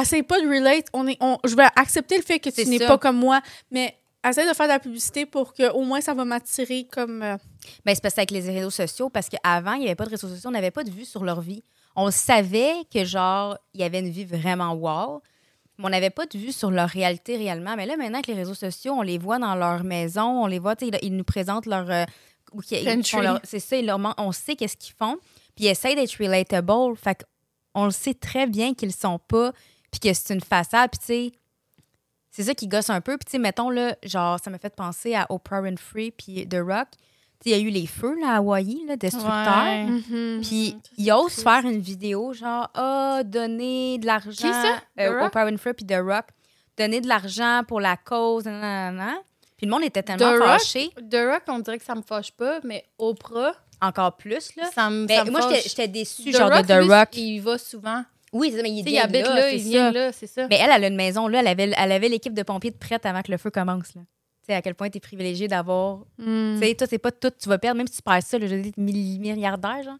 S3: essaye pas de relate. On est, on, je vais accepter le fait que
S2: C'est
S3: tu n'es
S2: ça.
S3: pas comme moi, mais essaie de faire de la publicité pour que au moins ça va m'attirer comme. euh,
S2: Ben, c'est parce que avec les réseaux sociaux, parce qu'avant, il n'y avait pas de réseaux sociaux, on n'avait pas de vue sur leur vie. On savait que, genre, il y avait une vie vraiment wow, mais on n'avait pas de vue sur leur réalité réellement. Mais là, maintenant, avec les réseaux sociaux, on les voit dans leur maison, on les voit, tu sais, ils- ils nous présentent leur. euh, ou qu'ils- ils
S1: Pantry.
S2: font leur- c'est ça, ils leur man- on sait qu'est-ce qu'ils font, puis ils essayent d'être relatable. Fait qu'on le sait très bien qu'ils le sont pas, puis que c'est une façade, puis tu sais. C'est ça qui gosse un peu. Puis, tu sais, mettons, là, genre, ça m'a fait penser à Oprah Winfrey puis The Rock. Tu sais, il y a eu les feux, là, à Hawaii, là, destructeurs.
S1: Ouais.
S3: mm-hmm,
S2: Puis
S1: Mhm.
S2: ils osent faire une vidéo genre ah donner de l'argent
S1: Qui ça? The
S2: euh,
S1: Rock?
S2: Oprah Winfrey puis The Rock donner de l'argent pour la cause nan, nan, nan, nan. puis le monde était tellement
S1: The Rock?
S2: fâché
S1: The Rock, on dirait que ça me fâche pas, mais Oprah,
S2: encore plus là
S1: ça me,
S2: mais
S1: ça me
S2: moi
S1: fâche.
S2: j'étais- j'étais déçue genre de The
S1: lui,
S2: Rock
S1: Il y va souvent.
S2: ou Oui, c'est ça, mais il est
S1: Tu sais, il habite là, il
S2: c'est
S1: vient
S2: ça.
S1: là, c'est ça.
S2: Mais elle, elle a une maison, là. Elle avait, elle avait l'équipe de pompiers de prête avant que le feu commence, là. Tu sais, à quel point t'es privilégié d'avoir
S3: Hmm.
S2: Tu sais, toi, c'est pas tout que tu vas perdre, même si tu perds ça, là, je veux dire, t'es milli- milliardaire, genre.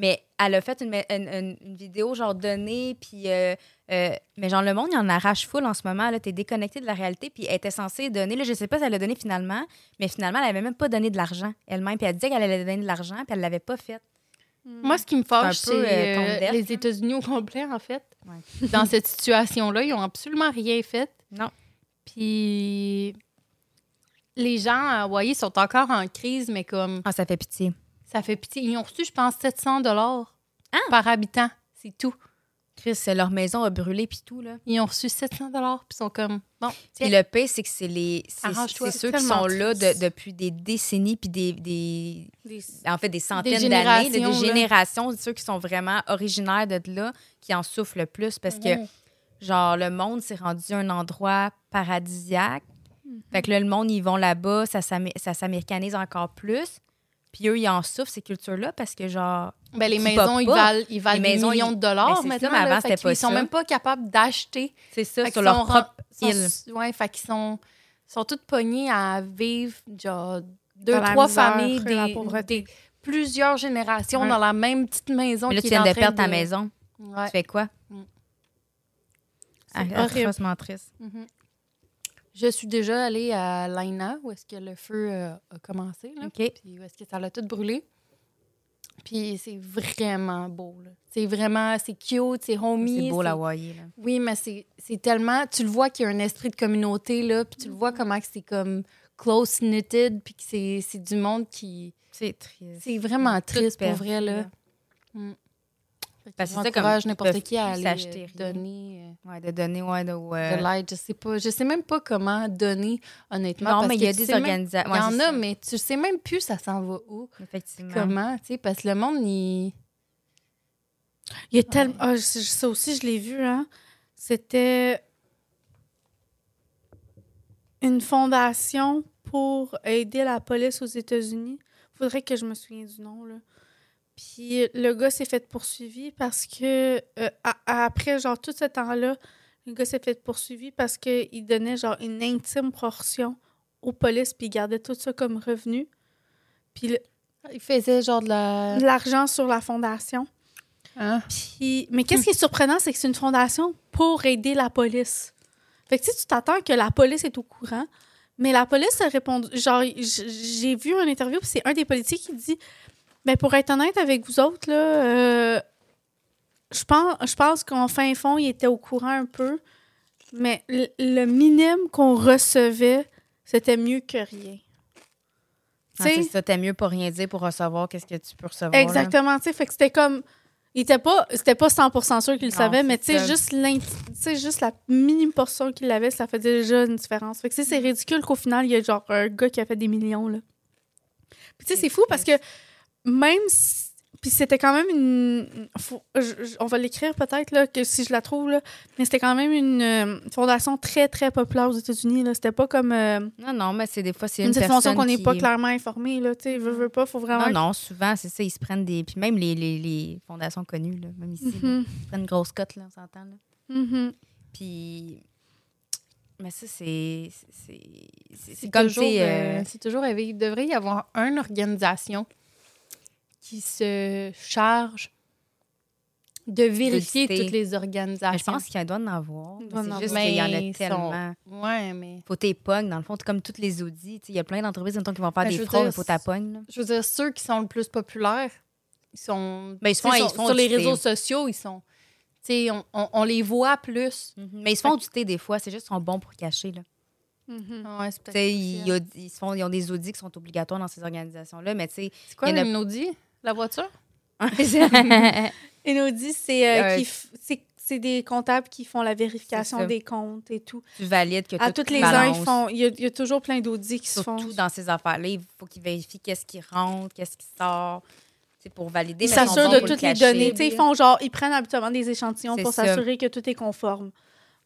S2: Mais elle a fait une, ma- une- une- une vidéo, genre, donnée, puis... euh, euh, mais genre, le monde, il en arrache full en ce moment, là. T'es déconnecté de la réalité, puis elle était censée donner... Là, je sais pas si elle a donné finalement, mais finalement, elle avait même pas donné de l'argent elle-même. Puis elle disait qu'elle allait donner de l'argent, puis elle l'avait pas fait.
S1: Moi, ce qui me fâche,
S2: C'est
S1: c'est
S2: un peu, euh,
S1: euh,
S2: tone deaf,
S1: les
S2: là.
S1: États-Unis au complet, en fait.
S2: Ouais.
S1: Dans cette situation-là, ils ont absolument rien fait.
S2: Non.
S1: Puis les gens à Hawaï sont encore en crise, mais comme
S2: Ah, ça fait pitié.
S1: ça fait pitié. Ils ont reçu, je pense, 700 dollars
S2: Ah!
S1: par habitant. C'est tout.
S2: Chris, leur maison a brûlé, puis tout, là.
S1: Ils ont reçu 700 dollars, puis ils sont comme bon.
S2: Puis le pire, c'est que c'est les... C'est
S1: Arrange-toi.
S2: c'est ceux
S3: C'est
S2: qui sont
S3: tellement
S2: là de-
S3: triste.
S2: depuis des décennies, puis des- des en fait des centaines
S1: Des
S2: d'années, là, des,
S1: générations, là.
S2: générations, ceux qui sont vraiment originaires de là, qui en souffrent le plus parce que,
S1: Mhm.
S2: genre, le monde s'est rendu un endroit paradisiaque.
S1: Mhm.
S2: Fait que là, le monde, ils vont là-bas, ça s'am- ça s'américanise encore plus. Puis eux, ils en souffrent, ces cultures-là, parce que, genre,
S1: Ben, les
S2: Ils
S1: maisons,
S2: popent
S1: ils
S2: pas.
S1: valent, ils valent
S2: Les
S1: des
S2: maisons,
S1: millions
S2: ils-
S1: de dollars
S2: Ben, c'est ça,
S1: maintenant.
S2: mais
S1: là.
S2: avant,
S1: Fait
S2: c'était pas
S1: qu'ils sont
S2: ça.
S1: même pas capables d'acheter.
S2: c'est ça,
S1: Fait
S2: sur
S1: qu'ils
S2: leur
S1: sont
S2: propre
S1: sont,
S2: île.
S1: ouais, fait qu'ils sont, sont toutes pognées à vivre, genre, deux,
S3: Dans la
S1: trois
S3: misère,
S1: familles,
S3: la
S1: des,
S3: pauvreté.
S1: des- plusieurs générations
S3: Ouais.
S1: dans la même petite maison.
S2: Mais là,
S1: qui
S2: tu
S1: est
S2: viens
S1: en
S2: de
S1: train
S2: perdre ta maison.
S1: Ouais.
S2: Tu fais quoi?
S1: Mm.
S2: Ah,
S3: C'est horrible.
S2: atrocement triste.
S1: Mhm. Je suis déjà allée à Laina, où est-ce que le feu euh, a commencé, là,
S2: OK.
S1: puis où est-ce que ça l'a tout brûlé. Puis c'est vraiment beau, là. C'est vraiment, c'est cute, c'est homey.
S2: C'est beau,
S1: c'est-
S2: l'Hawaii. là.
S1: Oui, mais c'est c'est tellement. Tu le vois qu'il y a un esprit de communauté, là, puis tu le vois comment que c'est comme close-knitted, puis que c'est c'est du monde qui.
S2: C'est triste.
S1: C'est vraiment triste pour
S2: perdu,
S1: vrai, là.
S2: là.
S1: Mm. Fait
S2: Parce que
S1: je
S2: c'est ça, comme,
S1: encourage
S2: ils
S1: n'importe
S2: peuvent
S1: qui
S2: plus
S1: à aller
S2: s'acheter
S1: euh,
S2: rien.
S1: donner
S2: Ouais, de donner, ouais, de.
S1: euh,
S2: ouais.
S1: de l'aide. Je sais pas. Je sais même pas comment donner, honnêtement.
S2: Non,
S1: parce
S2: mais il
S1: que
S2: y a
S1: tu
S2: des
S1: sais même-
S2: organisations.
S1: Il y en a, mais tu sais même plus ça s'en va où,
S2: Effectivement.
S1: comment, tu sais, parce que le monde, il.
S3: Il y a tellement. ah, je- je- ça aussi, je l'ai vu, hein. C'était une fondation pour aider la police aux États-Unis. Faudrait que je me souvienne du nom, là. Puis le gars s'est fait poursuivi parce que, euh, a- a- après, genre, tout ce temps-là, le gars s'est fait poursuivi parce qu'il donnait, genre, une intime portion aux polices, puis il gardait tout ça comme revenu. Puis le-
S1: Il faisait genre de la.
S3: de l'argent sur la fondation.
S1: Hein?
S3: Puis- mais qu'est-ce qui est surprenant, c'est que c'est une fondation pour aider la police. Fait que tu sais, tu t'attends que la police est au courant, mais la police a répondu. Genre, j- j'ai vu un interview, puis c'est un des policiers qui dit ben pour être honnête avec vous autres, là, euh, je pense, je pense qu'en fin fond, il était au courant un peu, mais le, le minimum qu'on recevait, c'était mieux que rien.
S2: Ah,
S3: Tu sais,
S2: c'est ça, t'aimes mieux pas rien dire pour recevoir qu'est-ce que tu peux recevoir. là.
S3: Exactement, tu sais, fait que c'était comme il était pas c'était pas 100% sûr qu'il le
S2: Non,
S3: savait, mais tu
S2: c'est
S3: sais
S2: ça.
S3: juste l'int- tu sais juste la minime portion qu'il avait, ça fait déjà une différence. Fait que tu
S2: Mm.
S3: sais, c'est ridicule qu'au final il y a genre un gars qui a fait des millions là. Puis tu sais
S2: Mm.
S3: c'est fou parce que même si- puis c'était quand même une faut- je- je- on va l'écrire peut-être là que si je la trouve là, mais c'était quand même une euh, fondation très très populaire aux États-Unis là, c'était pas comme euh,
S2: Non, non, mais c'est des fois, c'est une,
S3: une fondation
S2: personne
S3: qu'on n'est
S2: qui- Mm.
S3: pas clairement informé là, tu sais, veux, veux pas, faut vraiment
S2: Non, non, souvent, c'est ça, ils se prennent des... Puis même les, les, les fondations connues, là, même ici, là,
S3: Mhm,
S2: ils se prennent une grosse cote, là, on s'entend, là.
S3: mhm.
S2: Puis... Mais ça, c'est... C'est c'est- c'est
S1: C'est
S2: comme,
S1: toujours,
S2: tu sais, euh,
S1: euh, c'est toujours éveillé. Il devrait y avoir une organisation qui se charge de vérifier
S2: lister.
S1: toutes les
S2: mais
S1: organisations.
S2: je pense qu'il doit en avoir.
S3: Il
S2: mais
S3: doit en
S2: C'est
S3: avoir.
S2: juste qu'il y en
S1: Mais
S2: a
S1: ils sont-
S2: tellement.
S1: Ouais, mais
S2: Faut tes pognes, dans le fond. C'est comme toutes les audits. tu sais, Il y a plein d'entreprises, mettons, qui vont faire
S1: Ben, je
S2: des
S1: veux
S2: fraudes,
S1: dire,
S2: faut ta pogne, là.
S1: je veux dire, ceux qui sont le plus populaires, ils sont.
S2: Ben, ils se font-
S1: tu sais,
S2: ils
S1: sur-
S2: se font
S1: sur les
S2: auditer.
S1: réseaux sociaux, ils sont. Tu sais, on, on- on les voit plus.
S2: Mhm. Mais ils se font du thé des fois, c'est juste qu'ils sont bons pour cacher, là.
S3: Mhm.
S1: Ouais, c'est
S2: Tu
S1: peut-être
S2: sais,
S1: aussi,
S2: Ils,
S1: hein.
S2: audi- ils se font, ils ont des audits qui sont obligatoires dans ces organisations-là, mais tu sais,
S1: C'est quoi
S2: il y en a-
S1: une Audi? La voiture?
S3: Elodie, c'est euh,
S2: Euh,
S3: qui f- c'est- c'est des comptables qui font la
S2: C'est
S3: vérification
S2: ça.
S3: des comptes et tout.
S2: tu valides que
S3: À
S2: tout
S3: toutes les ans,
S2: balance.
S3: ils font. Il y, a- il y a toujours plein d'audits qui se font.
S2: Surtout dans ces affaires-là, il faut qu'ils vérifient qu'est-ce qui rentre, qu'est-ce qui sort. C'est pour valider.
S3: Ils
S2: mais sont
S3: s'assurent
S2: bons
S3: de
S2: pour
S3: toutes
S2: le
S3: les
S2: cacher.
S3: données. Tu sais, Ils font genre, ils prennent habituellement des échantillons
S2: C'est
S3: pour
S2: ça.
S3: s'assurer que tout est conforme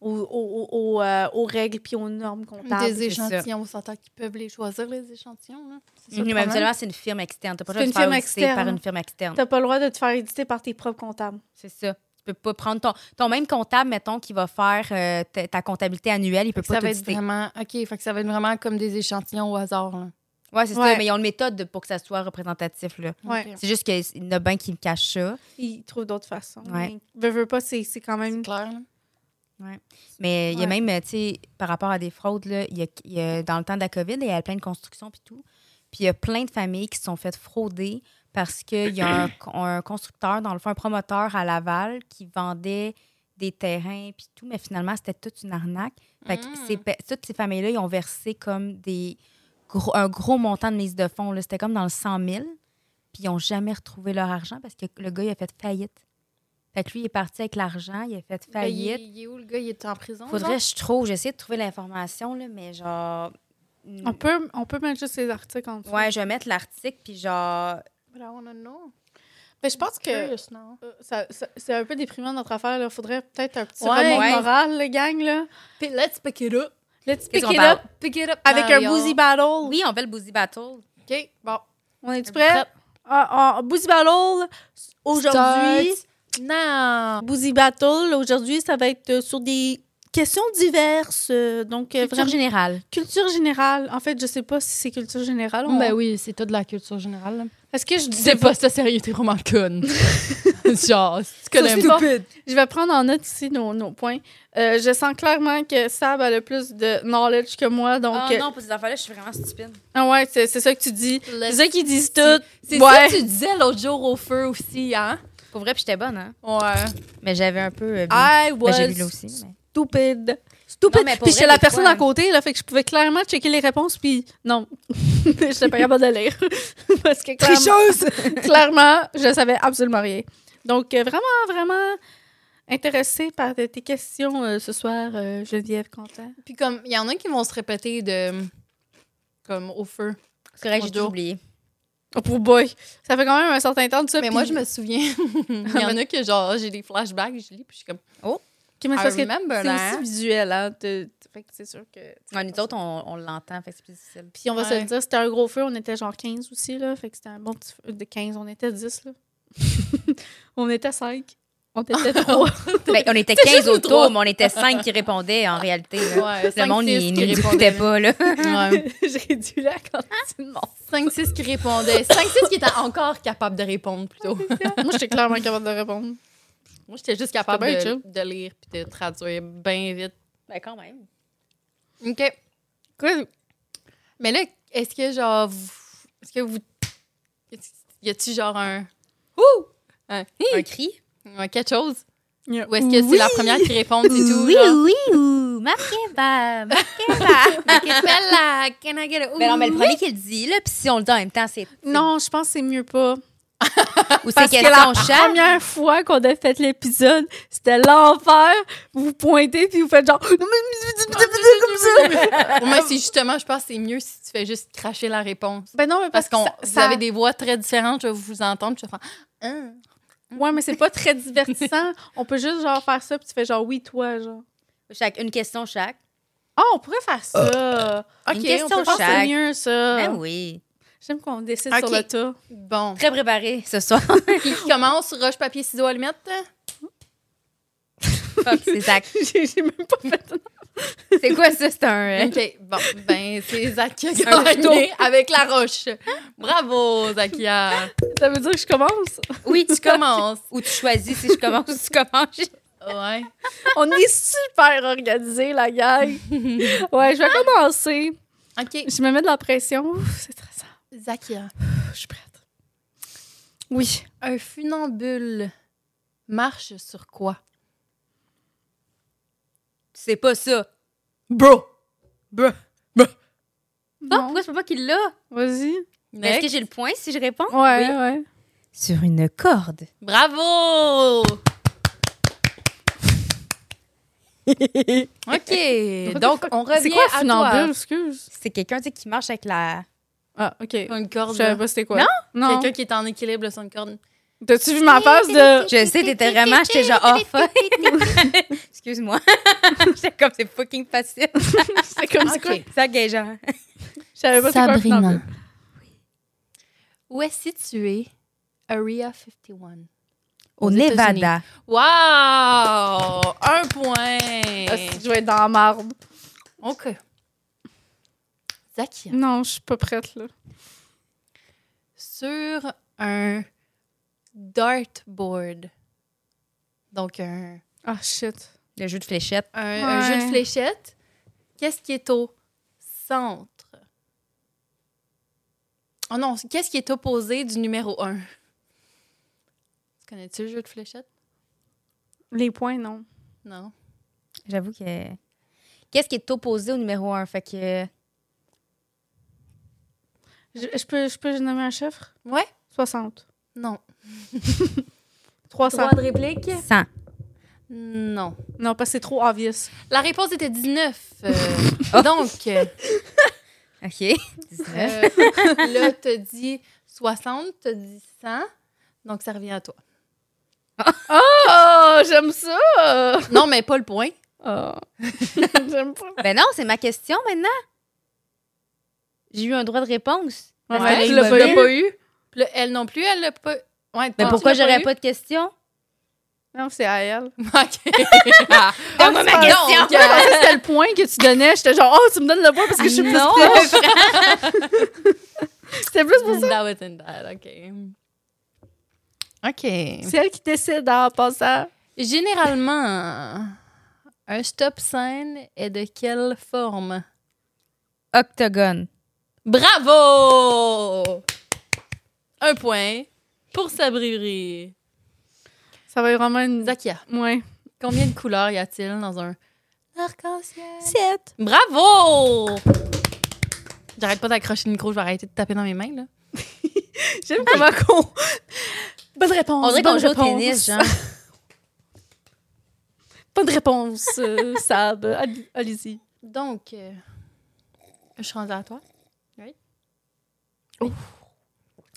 S3: aux, aux- aux- aux, euh, aux règles puis aux normes comptables.
S1: Des
S2: ça.
S1: échantillons, on s'entend qu'ils peuvent les choisir, les échantillons. là. C'est
S2: Mhm,
S1: ça le
S2: mais
S1: problème.
S2: habituellement, c'est une firme externe. T'as pas le droit
S3: C'est
S2: de
S3: une
S2: te faire
S3: firme
S2: auditer par
S3: externe.
S2: une firme externe.
S3: T'as pas le droit de te faire éditer par tes propres comptables.
S2: C'est ça. Tu peux pas prendre ton, ton même comptable, mettons, qui va faire euh, ta, ta comptabilité annuelle, il peut
S1: Fait que ça
S2: pas
S1: va
S2: tout
S1: être
S2: citer.
S1: vraiment. OK, fait que ça va être vraiment comme des échantillons au hasard. là.
S2: Ouais, c'est
S3: Ouais.
S2: ça, mais ils ont une méthode de- pour que ça soit représentatif, là.
S3: Ouais.
S1: Ok.
S2: C'est juste qu'il y en a bien qui me cachent ça.
S3: Ils trouvent d'autres façons.
S2: Ouais.
S3: Mais Veux, veux pas, c'est c'est quand
S1: C'est
S3: même.
S1: clair. là.
S2: Mais il y a
S3: Ouais.
S2: même, euh, tu sais, par rapport à des fraudes, là, il y a, il y a- dans le temps de la COVID, il y a plein de constructions puis tout. Puis il y a plein de familles qui se sont faites frauder parce qu'il y a un, un constructeur, dans le fond, un promoteur à Laval qui vendait des terrains puis tout, mais finalement, c'était toute une arnaque. Fait que
S1: Mm.
S2: ces pe- toutes ces familles-là, ils ont versé comme des gros- un gros montant de mise de fonds. là. C'était comme dans le 100 000. Puis ils n'ont jamais retrouvé leur argent parce que le gars, il a fait faillite. Fait que lui, il est parti avec l'argent, il a fait
S1: Ben, il,
S2: faillite.
S1: il est où le gars? Il est en
S3: Oh,
S1: prison?
S2: Faudrait,
S1: genre?
S2: je trouve, j'essaie de trouver l'information, là, mais genre. mm,
S3: On peut, on peut mettre juste les articles en dessous.
S2: Ouais, je vais mettre l'article, puis genre.
S1: But I wanna know.
S3: Mais je pense que
S1: Curious now.
S3: euh, ça- ça- c'est un peu déprimant notre affaire. Il faudrait peut-être un petit
S2: Ouais.
S3: remords
S2: Ouais.
S3: moral, le gang. Là.
S1: Puis let's pick it up.
S3: Let's pick
S2: Qu'est-ce qu'on
S3: it
S2: parle?
S3: up
S1: Pick it up.
S3: avec un
S1: Marion.
S3: boozy battle.
S2: Oui, on fait le Boozy Battle.
S1: OK, bon.
S3: On est-tu
S1: Êtes-vous
S3: prêts? Ah, ah, boozy battle aujourd'hui.
S1: Non.
S3: Boozy battle aujourd'hui, ça va être euh, sur des questions diverses. euh, Donc, euh,
S2: Culture
S3: vraiment-
S2: générale.
S3: culture générale. En fait, je sais pas si c'est culture générale. on-
S1: Ben oui, c'est tout de la culture générale. là.
S3: Est-ce que je
S1: Tu sais
S3: disais
S1: pas ça sérieux, t'es vraiment conne. Genre, si tu connais
S3: Surtout
S1: pas.
S3: Je vais prendre en note ici nos, nos points. Euh, je sens clairement que Sab a le plus de knowledge que moi. Donc,
S2: Ah
S3: euh,
S2: non, pour ces affaires-là, je suis vraiment stupide.
S3: ah ouais, c'est c'est ça que tu dis. C'est
S1: Let's-
S3: ça qu'ils disent tout.
S1: C'est ça
S3: Ouais.
S1: que tu disais l'autre jour au feu aussi, hein?
S2: Pour vrai, puis j'étais bonne, hein.
S1: Ouais.
S2: Mais j'avais un peu. euh, bu.
S3: I
S2: Ben,
S3: was
S2: j'ai lu là aussi. mais-
S3: stupid. Stupid.
S2: Non, mais pour vrai,
S3: puis j'étais la
S2: des
S3: personne
S2: fois-
S3: à côté, là, fait que je pouvais clairement checker les réponses, puis non. j'étais pas capable de lire. Parce que clairement, clairement, je savais absolument rien. Donc, euh, vraiment, vraiment intéressée par tes questions euh, ce soir, euh, Geneviève Quentin.
S1: Puis comme, il y en a qui vont se répéter de. Comme au feu.
S2: C'est correct, j'ai tout
S1: Bonjour.
S2: oublié.
S3: Oh, pour boy. Ça fait quand même un certain temps de ça.
S1: Mais
S3: puis-
S1: moi, je me souviens. Il y en a que genre, j'ai des flashbacks, je lis, puis je suis comme.
S3: Ok, mais c'est
S1: I
S3: parce que
S1: remember
S3: c'est
S1: that.
S3: aussi visuel, hein. de- de- fait que c'est sûr que.
S2: Ouais, nous autres, on, on l'entend, fait que c'est plus difficile.
S3: Puis on va se
S1: Ouais.
S3: le dire, c'était un gros feu, on était genre 15 aussi, là. Fait que c'était un bon petit feu de 15, on était 10, là. on était 5. On était 3.
S2: Ben, on était 15
S1: nous trois.
S2: autour, mais on était 5 qui répondaient, en réalité. là.
S1: Ouais,
S2: Le monde, il il nous
S1: répondait
S2: répondait pas, là.
S1: Ouais.
S3: J'ai dû la quantité de monde.
S1: 5-6 qui répondaient. 5-6 qui étaient encore capables de répondre, plutôt.
S3: Moi, j'étais clairement capable de répondre.
S1: Moi, j'étais juste capable
S3: bien
S1: de,
S3: chill.
S1: de lire puis de traduire bien vite.
S2: Ben, quand même.
S1: OK.
S3: Quoi?
S1: Mais là, est-ce que genre. vous- Est-ce que vous. Y a-tu genre un. Ouh! Un,
S2: Un cri.
S1: un quelque chose?
S3: Yeah.
S1: Ou est-ce que c'est
S2: Oui.
S1: la première qui répond, c'est tout?
S2: oui,
S1: genre?
S2: oui, ou ma kebab, ma kebab.
S1: Mais qu'est-ce que c'est là? Can I get a-
S2: Mais non, mais le
S1: Ouh.
S2: premier qui le dit, là, puis si on le dit en même temps, c'est.
S3: Non, je pense que c'est mieux pas.
S2: Ou c'est
S3: Parce que
S2: question
S3: la
S2: chat.
S3: première fois qu'on a fait l'épisode, c'était l'enfer. Vous vous pointez puis vous faites genre.
S1: Pour moi, c'est justement, je pense que c'est mieux si tu fais juste cracher la réponse.
S3: Ben non, mais
S1: Parce
S3: parce,
S1: qu'on
S3: que
S1: vous
S3: ça, ça-
S1: avez des voix très différentes, je vais vous entendre, puis je vais faire. Hein?
S3: Ouais, mais c'est pas très divertissant. on peut juste genre faire ça puis tu fais genre oui, toi, genre.
S2: Chaque, une question chaque.
S3: Ah, on pourrait faire ça.
S1: OK,
S2: Une
S1: on
S2: question
S1: peut faire-
S3: Ah, c'est
S2: Chaque.
S3: mieux, ça.
S2: Ben oui.
S3: J'aime qu'on décide
S1: Ok.
S3: sur le tas.
S1: Bon.
S2: Très préparé ce soir.
S1: Qui commence, roche, papier, ciseaux, allumette?
S2: Fuck, c'est Zach.
S3: J'ai j'ai même pas fait ça.
S2: C'est quoi ça? C'est un. euh,
S1: OK, bon, ben, c'est Zakia qui
S2: Un
S1: a gagné avec la roche. Bravo, Zakia.
S3: Ça veut dire que je commence?
S2: Oui,
S1: Tu commences.
S2: Ou tu choisis si je commence ou tu commences.
S1: Ouais.
S3: On est super organisé, la gang. Ouais, je vais commencer.
S1: OK,
S3: Je me mets de la pression. Ouf, C'est stressant.
S1: Zakia.
S3: Je suis prête. Oui.
S1: Un funambule marche sur quoi?
S2: C'est pas ça.
S1: Bro. Bro.
S2: Ah,
S3: Non.
S2: pourquoi c'est pas moi qui l'a?
S3: Vas-y.
S2: Mais Est-ce que j'ai le point si je réponds?
S3: Ouais,
S2: Oui.
S3: ouais.
S2: Sur une corde.
S1: Bravo! OK, donc on revient
S3: C'est quoi
S1: à
S3: funambule,
S1: toi.
S3: excuse?
S2: C'est quelqu'un tu sais, qui marche avec la.
S3: Ah, OK. Je
S1: Une corde.
S3: savais pas c'était quoi.
S2: Non?
S3: Non.
S1: Quelqu'un qui est en équilibre sur une corde.
S3: T'as-tu vu ma face de...
S2: Je sais, t'étais vraiment, j'étais genre oh, off. Excuse-moi. j'étais comme, c'est fucking facile.
S3: C'est comme ça.
S1: OK.
S2: Ça genre.
S3: Je savais pas c'était quoi un funambule.
S1: Où est situé Area 51?
S2: Au
S1: Aux
S2: Nevada.
S1: Wow! Un point!
S3: Ah, si je vais être dans la marde.
S1: OK. Zakia.
S3: Non, je suis pas prête, là.
S1: Sur un dartboard. Donc, un,
S3: Ah, shit.
S2: Le jeu de fléchettes.
S1: un, un
S3: Ouais.
S1: jeu de fléchettes. Qu'est-ce qui est au centre? Oh non, qu'est-ce qui est opposé du numéro 1? Connais-tu le jeu de fléchettes?
S3: Les points, non.
S1: Non.
S2: J'avoue que. Qu'est-ce qui est opposé au numéro 1? Fait que.
S3: Je, je peux, je peux nommer un chiffre?
S1: Ouais?
S3: 60.
S1: Non.
S3: 300.
S1: Droit de réplique?
S2: 100.
S1: Non.
S3: Non, parce que c'est trop obvious.
S1: La réponse était 19. euh, donc, euh,
S2: OK. 19.
S1: là, t'as dit 60, t'as dit 100. Donc, ça revient à toi.
S3: Oh, j'aime ça!
S1: Non, mais pas le point.
S3: Oh. j'aime pas.
S2: ben non, c'est ma question maintenant. J'ai eu un droit de réponse. Parce
S3: Ouais,
S2: qu'elle
S3: tu
S2: est
S3: l'as pas
S2: immobile.
S3: eu.
S1: eu. Puis là, elle non plus, elle l'a pas. Ouais,
S2: Mais
S1: non,
S2: Ben pourquoi
S1: tu l'as
S2: j'aurais
S1: eu?
S2: pas de question?
S3: Non, c'est à elle.
S1: OK. Ah. Oh,
S2: Donne-moi ma
S1: Pardon,
S2: question.
S1: donc, euh,
S3: C'était le point que tu donnais. J'étais genre, oh, tu me donnes le point parce que je suis plus
S2: Non.
S3: proche. C'était plus pour ça.
S1: That wasn't bad, OK. OK.
S3: C'est elle qui décide hein, en passant.
S1: Généralement, un stop sign est de quelle forme?
S2: Octogone.
S1: Bravo! Un point pour Sabriri.
S3: Ça va être vraiment une.
S1: Zakia,
S3: Ouais.
S1: combien de couleurs y a-t-il dans un arc-en-ciel?
S2: 7.
S1: Bravo! J'arrête pas d'accrocher le micro, je vais arrêter de taper dans mes mains, là.
S3: J'aime comment qu'on. Bonne réponse.
S2: On dirait
S3: bonne
S2: qu'on joue au
S3: réponse.
S2: tennis, genre.
S3: Bonne réponse, euh, Sab. Allez- Allez-y.
S1: Donc, euh, je suis rendue à toi. Oui.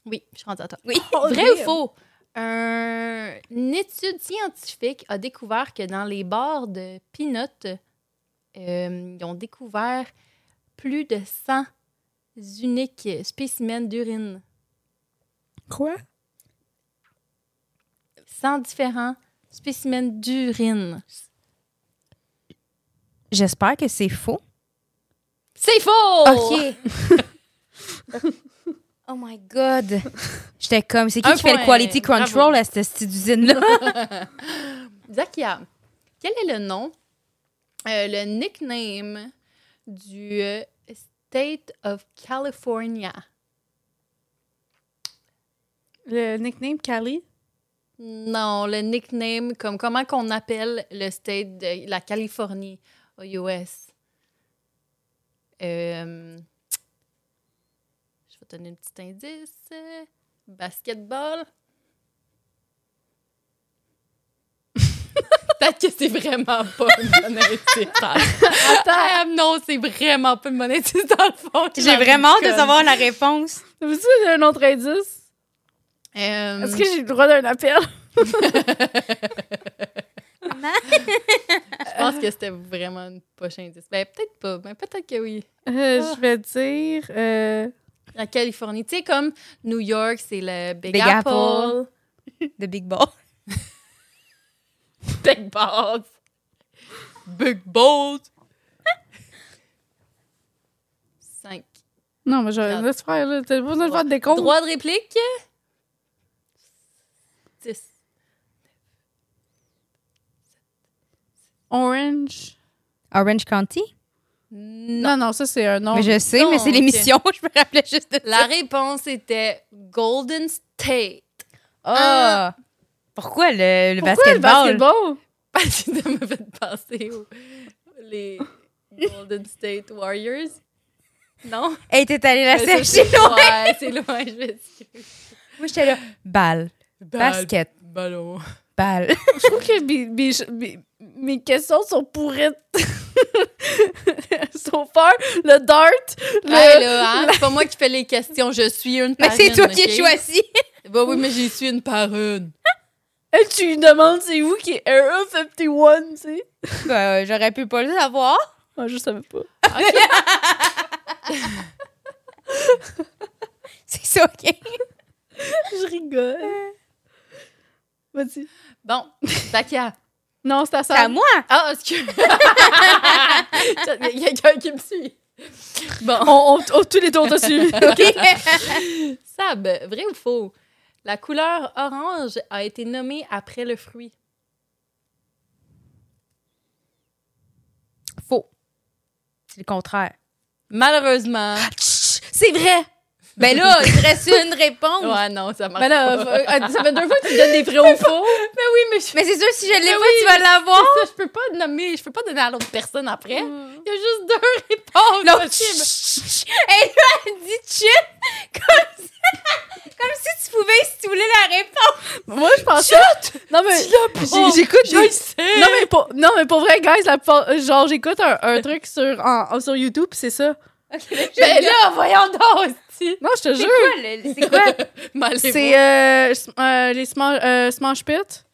S1: Oui, je suis rendue à toi.
S2: Oui.
S1: Vrai ou faux? Un- une étude scientifique a découvert que dans les bars de Peanut, euh, ils ont découvert plus de 100 uniques spécimens d'urine.
S3: Quoi?
S1: 100 différents spécimens d'urine.
S2: J'espère que c'est faux.
S1: C'est faux!
S2: OK. oh my God. J'étais comme, c'est qui
S1: Un
S2: qui fait le
S1: point.
S2: quality control
S1: Bravo.
S2: à cette, petite usine-là?
S1: Zakia, quel est le nom, euh, le nickname du euh, State of California?
S3: Le nickname Cali?
S1: Non, le nickname, comme comment qu'on appelle le state de la Californie aux US? Euh, je vais donner un petit indice. Basketball. Peut-être que c'est vraiment pas une bonne indice. Ah, non, c'est vraiment pas une bonne indice dans le fond.
S2: J'ai vraiment hâte de savoir la réponse.
S3: Vous un autre indice?
S1: Euh,
S3: Est-ce que j'ai le droit d'un appel?
S1: Je pense que c'était vraiment une poche indice. Ben, peut-être pas, mais peut-être que oui.
S3: Euh, Je vais dire. euh,
S1: La Californie, tu sais, comme New York, c'est le Big,
S2: Big
S1: Apple.
S2: Apple. The Big Ball.
S1: Big Balls. Big Balls. Cinq.
S3: Non, mais j'aurais
S1: Ah.
S3: laisse faire, là. T'as pas besoin de
S1: Droit-
S3: faire des comptes.
S1: Droit de réplique. Six.
S3: Orange.
S2: Orange County?
S1: Non.
S3: Non, non, ça, c'est un nom.
S2: mais je sais,
S1: non,
S2: mais c'est
S1: ok.
S2: l'émission. Je me rappelais juste de
S1: La
S2: ça.
S1: réponse était Golden State.
S2: Ah! Pourquoi le, le
S3: Pourquoi le
S2: basketball?
S3: basketball?
S1: Parce que ça m'a fait penser aux les Golden State Warriors. Non?
S2: Hey, t'es allée la
S1: Mais ça,
S2: chercher
S1: c'est-
S2: Ah, loin.
S1: Ouais, c'est loin, je m'excuse.
S2: Moi, j'étais là. Balle, basket,
S1: Ballon.
S2: balle.
S3: Je trouve que mes, mes- mes- mes questions sont pourrites. Sauf faire le dart. Le...
S1: Hey, là, hein, C'est pas moi qui fais les questions, je suis une
S2: Mais
S1: par
S2: c'est
S1: une,
S2: toi qui
S1: ok?
S2: es choisi.
S1: Bah oui, mais j'y suis une par une.
S3: Hey, tu lui demandes c'est où qui est Era 51, tu sais?
S2: Ben, J'aurais pu pas le savoir.
S3: Ah, je savais pas.
S2: C'est ça, OK?
S3: Je rigole. Vas-y.
S1: Bon, Zakia.
S3: Non, c'est à
S2: C'est
S3: ça.
S2: à moi!
S1: Ah, excuse. Il y a quelqu'un qui me suit. Bon.
S3: On, on- on- tous les deux, on t'a suivi.
S1: Sab, vrai ou faux? La couleur orange a été nommée après le fruit.
S2: Faux. C'est le contraire.
S1: Malheureusement.
S2: C'est vrai! Ben là, il te reste une réponse.
S1: Ouais, non, ça marche
S3: Ben là,
S1: pas.
S3: euh, ça fait deux fois que tu me donnes des vrais ou faux.
S1: Mais oui, mais je,
S2: Mais c'est sûr, si je l'ai
S1: Ben
S2: pas,
S1: oui.
S2: tu vas l'avoir.
S1: ça, je peux pas nommer, je peux pas donner à l'autre personne après.
S3: Mm.
S1: Il y a juste deux réponses
S2: L'autre,
S1: possibles.
S2: Et là, elle dit chill, comme ça. Comme si tu pouvais stouler la réponse.
S3: Moi, je pensais. Non, mais. Oh,
S1: J'écoute,
S3: je le Non, mais pour, non, mais pour vrai, guys, la plupart- euh, genre, j'écoute un, un truc sur, en- en- sur YouTube, pis c'est ça. Ben
S1: Mais là, voyons donc, aussi.
S3: Non, je te
S2: C'est
S3: jure.
S2: quoi, le- c'est quoi?
S1: Mal
S3: C'est euh, s- euh, les Smash, euh, Smash Pit.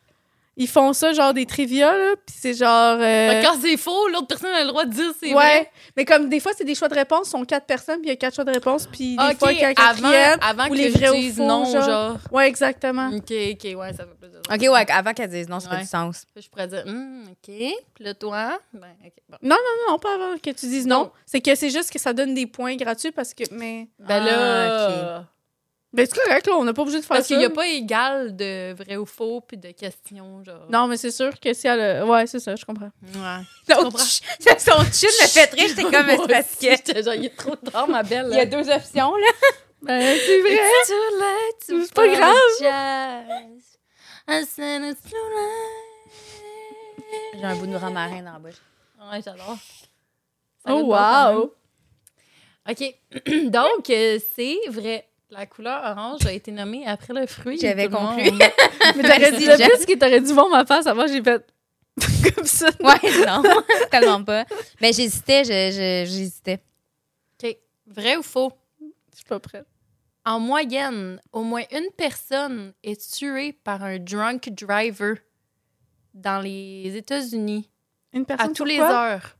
S3: Ils font ça, genre, des trivia, là, pis c'est genre. euh,
S1: Quand c'est faux, l'autre personne a le droit de dire c'est
S3: ouais.
S1: vrai.
S3: Mais comme des fois, c'est des choix de réponse, sont quatre personnes, puis il y a quatre choix de réponse, puis des
S1: Ok,
S3: fois, il y a un quatrième.
S1: avant, avant
S3: ou
S1: que
S3: les
S1: je
S3: vrais ou
S1: dise
S3: faux,
S1: non, genre.
S3: genre. Ouais, exactement.
S1: Ok, ok, ouais, ça fait plus de sens.
S2: OK, ouais, avant qu'elle dise non, ça fait
S1: Ouais.
S2: du sens.
S1: Je pourrais dire, Hmm, ok, puis là, toi, ben, ok, bon.
S3: Non, pas avant que tu dises non. C'est que c'est juste que ça donne des points gratuits parce que. Mais.
S1: Ben
S2: Ah,
S1: là,
S3: Ben, c'est correct, là, on n'a pas obligé de faire
S1: parce
S3: ça.
S1: qu'il n'y a pas égal de vrai ou faux puis de questions, genre.
S3: Non, mais c'est sûr que si elle. a- Ouais, c'est ça, je comprends.
S1: Ouais.
S2: L'autre,
S1: comprends.
S2: chut, son chill me fait rire, j'étais comme
S1: Moi
S2: c'est parce
S1: aussi,
S2: que...
S1: j'étais genre, il est trop tard, ma belle.
S2: Il y a deux options, là.
S3: Ben, c'est vrai.
S1: It's too late to
S3: C'est pas grave.
S1: apologize. I said it's too late.
S2: J'ai un bout de ramarin dans la bouche.
S1: Ouais, j'adore. Ça
S3: Oh,
S1: goûte bon quand même.
S3: wow!
S1: OK. Donc, euh, c'est vrai. La couleur orange a été nommée après le fruit.
S2: J'avais
S1: tout le
S2: compris.
S1: monde.
S3: Mais t'aurais
S2: Merci,
S3: dit le
S2: Jeff.
S3: plus que t'aurais dû voir ma face avant, j'ai fait comme ça.
S2: Ouais, non, tellement pas. Mais j'hésitais, je- je- j'hésitais.
S1: OK. Vrai ou faux?
S3: Je suis pas prête.
S1: En moyenne, au moins une personne est tuée par un drunk driver dans les États-Unis
S3: Une personne
S1: à tous
S3: sur
S1: les
S3: quoi?
S1: heures.